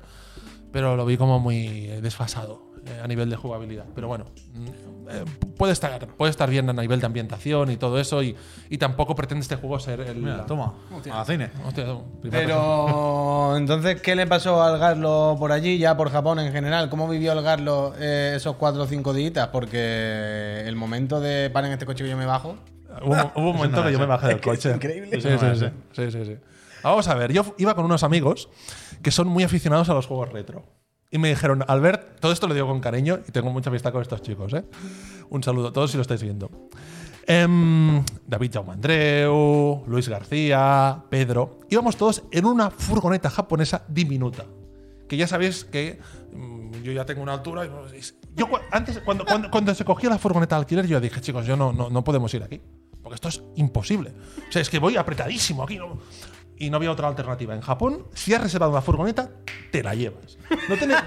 Pero lo vi como muy eh, desfasado eh, a nivel de jugabilidad. Pero bueno. mm, eh, puede estar, puede estar bien a nivel de ambientación y todo eso. Y, y tampoco pretende este juego ser el. Mira, toma. A cine. Hostia, no, primera persona. Pero entonces, ¿qué le pasó al Garlo por allí, ya por Japón en general? ¿Cómo vivió el Garlo eh, esos cuatro o cinco días? Porque el momento de paren este coche que yo me bajo. Hubo, hubo un momento no lo que yo sé. me bajé del que es coche. increíble. Sí, Eso no sí, lo sí, sí, sé. sí, sí. Vamos a ver, yo iba con unos amigos que son muy aficionados a los juegos retro. Y me dijeron, Albert, todo esto lo digo con cariño y tengo mucha amistad con estos chicos, ¿eh? Un saludo a todos si lo estáis viendo. Em, David Jaume Andreu, Luis García, Pedro. Íbamos todos en una furgoneta japonesa diminuta. Que ya sabéis que mm, yo ya tengo una altura. y, pues, Yo cu- antes, cuando, cuando, cuando se cogía la furgoneta de alquiler, yo dije, chicos, yo no, no, no podemos ir aquí. Porque esto es imposible. O sea, es que voy apretadísimo aquí. ¿no? Y no había otra alternativa. En Japón, si has reservado una furgoneta, te la llevas. No tenéis,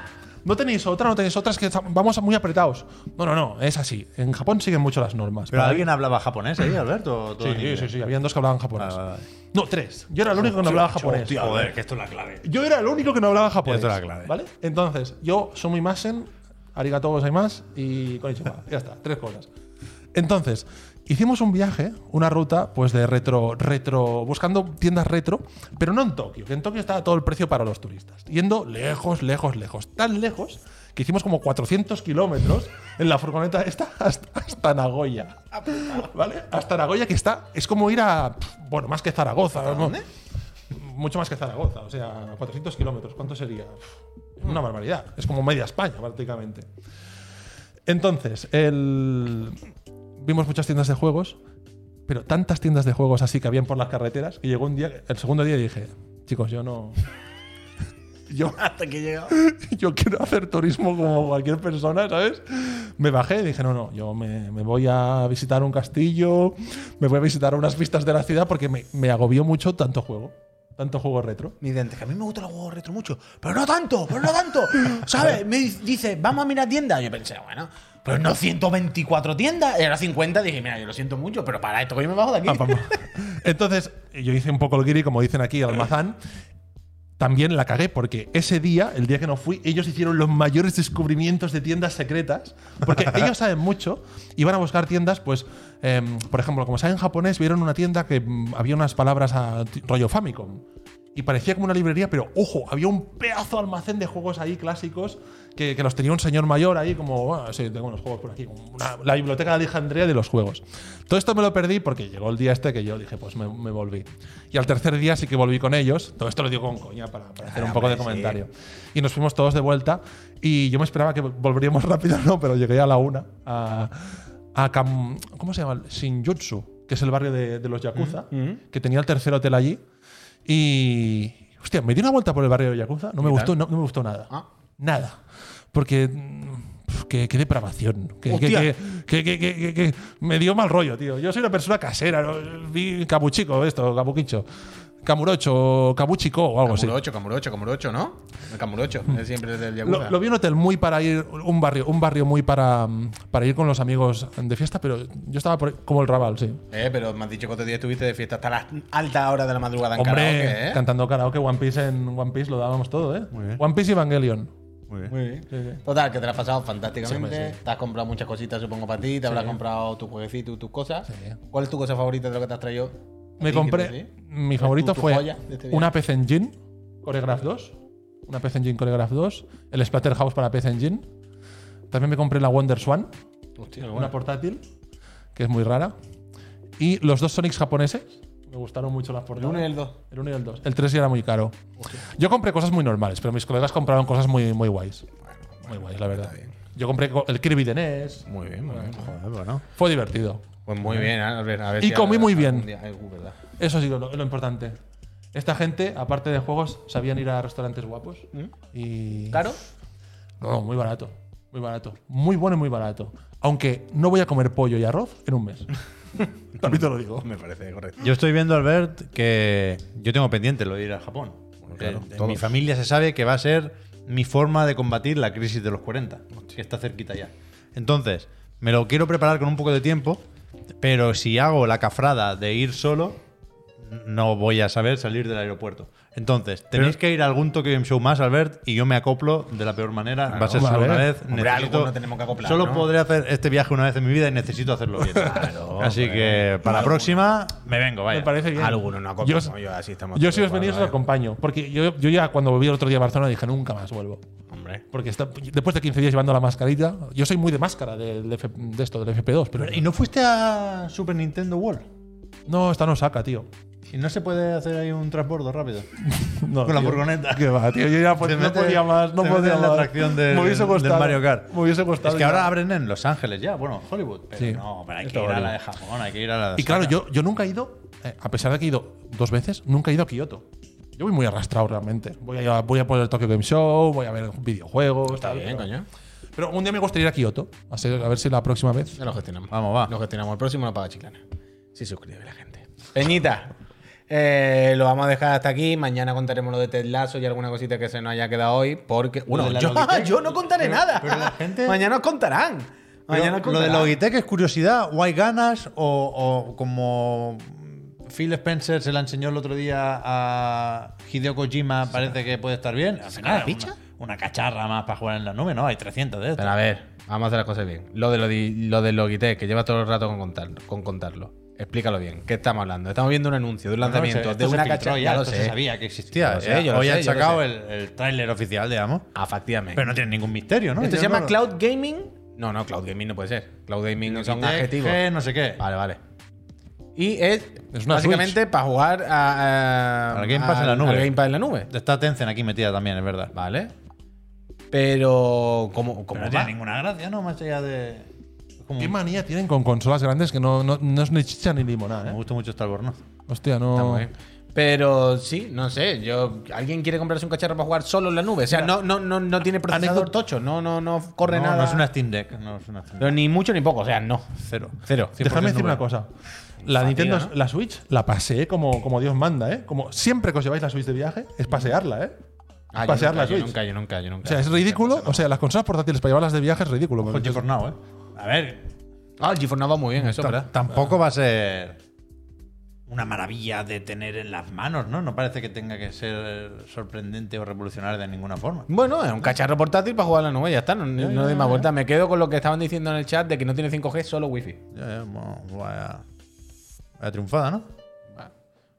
no tenéis otra, no tenéis otra, es que estamos- vamos muy apretados. No, no, no, es así. En Japón siguen mucho las normas. Pero Para- alguien hablaba japonés ahí, Alberto. Sí, sí, sí, sí, habían dos que hablaban japonés. Vale, vale. No, tres. Yo era el único que no hablaba japonés. Joder, que esto es la clave. Yo era el único que no hablaba japonés. Esa es la clave. ¿Vale? Entonces, yo soy muy masen, arigato hay más y konnichiwa. ya está, tres cosas. Entonces, hicimos un viaje, una ruta pues de retro retro buscando tiendas retro, pero no en Tokio, que en Tokio estaba todo el precio para los turistas. Yendo lejos, lejos, lejos, tan lejos que hicimos como 400 kilómetros en la furgoneta esta hasta, hasta Nagoya. ¿Vale? Hasta Nagoya que está es como ir a pf, bueno, más que Zaragoza, ¿no? mucho más que Zaragoza, o sea, 400 kilómetros, ¿cuánto sería? Uf, Una barbaridad, es como media España prácticamente. Entonces, el... vimos muchas tiendas de juegos, pero tantas tiendas de juegos así que habían por las carreteras, que llegó un día, el segundo día dije, chicos, yo no... Yo, Hasta que llega. yo quiero hacer turismo como cualquier persona, ¿sabes? Me bajé y dije, no, no, yo me, me voy a visitar un castillo, me voy a visitar unas vistas de la ciudad porque me, me agobió mucho tanto juego, tanto juego retro. Mi dente, este, que a mí me gustan los juegos retro mucho, pero no tanto, pero no tanto. ¿Sabes? Me dice, vamos a mirar tiendas. Yo pensé, bueno, pero no 124 tiendas. Era 50, dije, mira, yo lo siento mucho, pero para esto que yo me bajo de aquí. Pam, pam, pam. Ah, Entonces, yo hice un poco el guiri, como dicen aquí, almazán. También la cagué porque ese día, el día que no fui, ellos hicieron los mayores descubrimientos de tiendas secretas. Porque ellos saben mucho y van a buscar tiendas, pues, em, por ejemplo, como saben japonés, vieron una tienda que mm, había unas palabras a ti- rollo Famicom. Y parecía como una librería, pero ojo, había un pedazo de almacén de juegos ahí clásicos que, que los tenía un señor mayor ahí, como, bueno, sí, tengo unos juegos por aquí, como una- la biblioteca de Alejandría de los juegos. Todo esto me lo perdí porque llegó el día este que yo dije, pues me, me volví. Y al tercer día sí que volví con ellos, todo esto lo digo con coña para, para hacer un poco de comentario. Y nos fuimos todos de vuelta y yo me esperaba que volveríamos rápido, no, pero llegué a la una, a, a Kam- ¿cómo se llama? Shinjutsu, que es el barrio de, de los Yakuza, que tenía el tercer hotel allí. Y. Hostia, me di una vuelta por el barrio de Yakuza. No me gustó, no, no me gustó nada. Ah. Nada. Porque. mm, pf, Qué, qué depravación. Qué, qué- Hostia. qué- qué- qué- qué- qué- qué- me dio mal rollo, tío. Yo soy una persona casera. ¿no? Vi cabuchico, esto, cabuquicho. Camurocho, cabuchico o algo así. Camurocho, Camurocho, Camurocho, ¿no? El Camurocho, es siempre del Yakuza. Mm. Lo, lo vi en un hotel muy para ir, un barrio, un barrio muy para, mm, para ir con los amigos de fiesta, pero yo estaba por ahí- como el Raval, sí. Eh, pero me has dicho que otro día estuviste de fiesta hasta las altas horas de la madrugada en Hombre, karaoke, ¿eh? cantando karaoke, One Piece en One Piece lo dábamos todo, ¿eh? Muy bien. One Piece y Evangelion. Muy bien. Muy bien. Total, que te la has pasado fantásticamente. Te has comprado muchas cositas, supongo, para ti. Te habrás comprado tu jueguecito, tus cosas. ¿Cuál es tu cosa favorita de lo que te has traído? Me Sí, quiero compré. decir. Mi ¿Tu- favorito tu fue joya de este una PC Engine, Choreograph 2. Una PC Engine Choreograph 2. El Splatterhouse para PC Engine. También me compré la Wonder Swan, Hostia, una portátil, que es muy rara. Y los dos Sonics japoneses. Me gustaron mucho las El portadas. 1 y el 2. El 1 y el 2. El 3 ya era muy caro. Yo compré cosas muy normales, pero mis colegas compraron cosas muy, muy guays. Muy guays, la verdad. Yo compré co- el Kirby de NES. Muy bien, muy bien. Joder, bueno. Fue divertido. Pues muy bien, a ver, a ver Y comí muy algún bien. día- algún, ¿verdad? Eso sí, lo, lo importante. Esta gente, aparte de juegos, sabían ir a restaurantes guapos. Y. Mm. ¿Claro? No, muy barato. Muy barato. Muy bueno y muy barato. Aunque no voy a comer pollo y arroz en un mes. También te lo digo. Me parece correcto. Yo estoy viendo, Albert, que yo tengo pendiente lo de ir a Japón. claro, Eh, en todos. mi familia se sabe que va a ser mi forma de combatir la crisis de los 40, que está cerquita ya. Entonces, me lo quiero preparar con un poco de tiempo, pero si hago la cafrada de ir solo, no voy a saber salir del aeropuerto. Entonces, tenéis que ir a algún Tokyo Game Show más, Albert, y yo me acoplo de la peor manera. va a ser vale. solo una vez. Hombre, algo no tenemos que acoplar, Solo ¿no? podré hacer este viaje una vez en mi vida y necesito hacerlo bien. Así que para la próxima me vengo, vaya. Me parece bien. Alguno no acopla, Yo- ¿no? Yo así estamos Yo, todos si os igual, venís, os ¿vale? acompaño. Porque yo, yo ya cuando volví el otro día a Barcelona dije, nunca más vuelvo. ¿eh? Hombre. Porque está- después de 15 días llevando la mascarilla, yo soy muy de máscara del F- de esto, del FP2, pero. ¿Y no fuiste a Super Nintendo World? No, está en Osaka, tío. ¿Y no se puede hacer ahí un transbordo rápido? No, Con la tío. furgoneta. Qué va, tío. Yo ya pues, Te no mete- podía más. No te mete podía en la más. atracción del- me hubiese del costado, Mario Kart. Me hubiese costado. Es que ya. ahora abren en Los Ángeles ya, bueno, Hollywood. Pero Sí. no, pero hay que Esto ir a la Hollywood. de Japón, hay que ir a la de Y claro, Osaka. yo, yo nunca he ido, eh, a pesar de que he ido dos veces, nunca he ido a Kioto. Yo voy muy arrastrado realmente. Voy a, voy a por el Tokyo Game Show, voy a ver videojuegos. Está tal, bien, pero- coño. Pero un día me gustaría ir a Kioto. A, ser- a ver si la próxima vez. Ya lo gestionamos. Vamos, va. Lo gestionamos. El próximo lo paga Chiclana. Si suscribe la gente. Peñita, eh, lo vamos a dejar hasta aquí. Mañana contaremos lo de Ted Lasso y alguna cosita que se nos haya quedado hoy. Porque, bueno, de la yo, Logitech. yo no contaré Pero- nada. pero la gente- Mañana os contarán. Pero Mañana os lo de contarán. Logitech es curiosidad, o hay ganas, o, o como Phil Spencer se la enseñó el otro día a Hideo Kojima, parece que puede estar bien. Al final, la ficha? Una, una cacharra más para jugar en la nube, ¿no? Hay 300 de Pero estas. a ver, vamos a hacer las cosas bien. Lo de, lo di- lo de Logitech, que lleva todo el rato con, contar- con contarlo. Explícalo bien. ¿Qué estamos hablando? Estamos viendo un anuncio de un lanzamiento Esto de se una filtró cacharra. Ya, Ya lo esto se sé. sabía que existía. Yo lo O sea, sé, yo lo hoy sé, han yo lo sacado sé. el, el tráiler oficial, digamos. Efectivamente. Pero no tiene ningún misterio, ¿no? ¿Esto Yo se llama Ah, no- Cloud Gaming? No, no, Cloud Gaming no puede ser. Cloud Gaming son Logitech, adjetivos. G, no sé qué. Vale, vale. Y es, Es una básicamente para jugar a, a- Al Game Pass en la nube. al Game Pass en la nube. Está Tencent aquí metida también, es verdad. Vale. Pues Pero como, Pero como no va? tiene ninguna gracia, ¿no? Más allá de. es como ¿Qué un- manía tienen con consolas grandes que no, no, no es ni chicha ni limonada, Me eh? gusta mucho este albornoz. Hostia, Está no. muy bien. Pero sí, no sé, yo alguien quiere comprarse un cacharro para jugar solo en la nube, o sea, no no no no tiene procesador tocho, no no no corre No, nada. no es una Steam Deck, no es una Steam Deck. Pero ni mucho ni poco, o sea, no. Cero. Cero. 100% Déjame decir nube. una cosa. La Nintendo, la Switch, la paseé como, como Dios manda, ¿eh? Como siempre que os lleváis la Switch de viaje, es pasearla, ¿eh? Ah, yo pasear nunca, la yo Switch. nunca, yo nunca, yo nunca. O sea, es ridículo. O sea, las consolas portátiles para llevarlas de viaje es ridículo. Ojo, pues GeForce Now, ¿eh? A ver, Ah, el GeForce Now va muy bien, eso, tam- ¿verdad? tampoco va a ser una maravilla de tener en las manos, ¿no? No parece que tenga que ser sorprendente o revolucionario de ninguna forma. Bueno, es un cacharro portátil para jugar a la nube, ya está, no, no, doy más vuelta. Me quedo con lo que estaban diciendo en el chat de que no tiene 5G, solo wifi. Ya, ya, bueno, vaya, vaya triunfada, ¿no?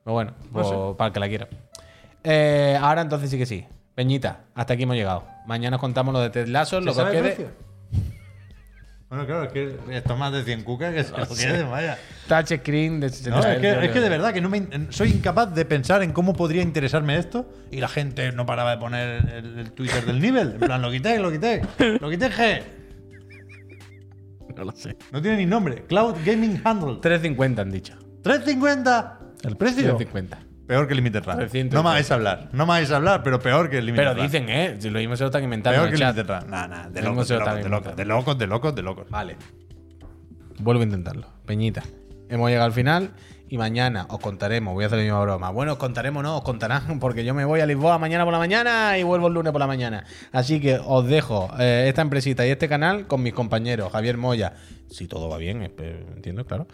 Pero bueno, pues, para el que la quiera. Eh, ahora entonces sí que sí. Peñita, hasta aquí hemos llegado. Mañana os contamos lo de Ted Lasso, lo que os quede. Bueno, claro, es que esto más de 100 cucas que se lo quieren, vaya. Touch screen de No, es, que, es que de verdad que no me in- soy incapaz de pensar en cómo podría interesarme esto y la gente no paraba de poner el, el Twitter del nivel. En plan, lo quité, lo quité, lo quité, G. No lo sé. No tiene ni nombre. Cloud Gaming Handle. 350 han dicho. 350. El precio. 350. Peor que Limited Run. 350. No me hagáis hablar. No me hagáis hablar, pero peor que Limited Pero Run. dicen, eh, si lo mismo se lo están inventando. Peor en que el chat. Limited Run. Nah, nah, de Lo locos, hemos de hecho locos, de también, locos, de locos, de locos, de locos. Vale. Vuelvo a intentarlo. Peñita. Hemos llegado al final y mañana os contaremos. Voy a hacer la misma broma. Bueno, os contaremos, no, os contarán, porque yo me voy a Lisboa mañana por la mañana y vuelvo el lunes por la mañana. Así que os dejo eh, esta empresita y este canal con mis compañeros, Javier Moya, si todo va bien, espe- entiendo, claro.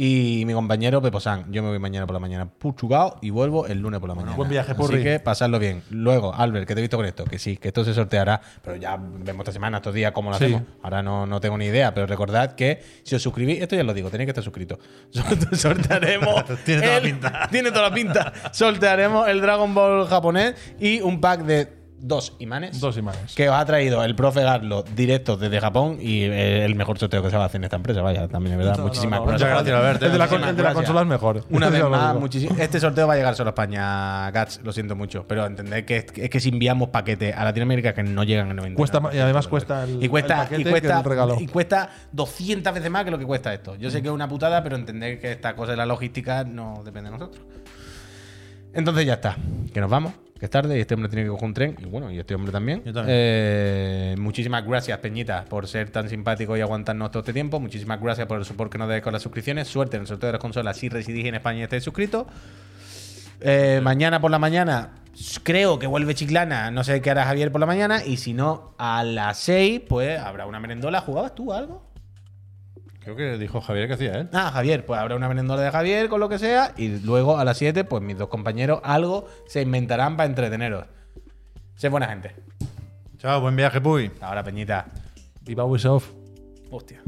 Y mi compañero Pepo San. Yo me voy mañana por la mañana Puchugao y vuelvo el lunes por la mañana. buen viaje, Así Purri. que pasadlo bien. Luego, Albert, que te he visto con esto, que sí, que esto se sorteará, pero ya vemos esta semana, estos días, cómo lo Sí. hacemos. Ahora no, no tengo ni idea, pero recordad que si os suscribís, esto ya lo digo, tenéis que estar suscritos. Sort- Sortearemos. Tiene toda la el- pinta. Tiene toda la pinta. Sortearemos el Dragon Ball japonés y un pack de dos imanes. Dos imanes. Que os ha traído el profe Garlo directo desde Japón y eh, el mejor sorteo que se va a hacer en esta empresa. Vaya, también es verdad. No, no, Muchísimas no, gracias. Muchas gracias, Alberto. El de la, con- Muchísimas el de la gracias. consola es mejor. Una Eso vez ya lo más, digo. muchísimo. Este sorteo va a llegar solo a España, Gats. Lo siento mucho, pero entended que es, es que si enviamos paquetes a Latinoamérica que no llegan en 90. Cuesta ma- y además cuesta el- y cuesta, el paquete y cuesta, que el regalo. y cuesta 200 veces más que lo que cuesta esto. Yo sé que es una putada, pero entender que esta cosa de la logística no depende de nosotros. Entonces ya está, que nos vamos, que es tarde y este hombre tiene que coger un tren y bueno, y este hombre también. Yo también. Eh, muchísimas gracias, Peñita, por ser tan simpático y aguantarnos todo este tiempo. Muchísimas gracias por el support que nos dais con las suscripciones. Suerte en el sorteo de las consolas si residís en España y estáis suscritos. Eh, Mañana por la mañana creo que vuelve Chiclana, no sé qué hará Javier por la mañana y si no, a las 6 pues habrá una merendola. ¿Jugabas tú algo? Creo que dijo Javier que hacía ¿eh? él. Ah, Javier, pues habrá una merendola de Javier con lo que sea. Y luego a las 7, pues mis dos compañeros algo se inventarán para entreteneros. Sé buena gente. Chao, buen viaje, Puy. Hasta Ahora, Peñita. Viva Ubisoft. Hostia.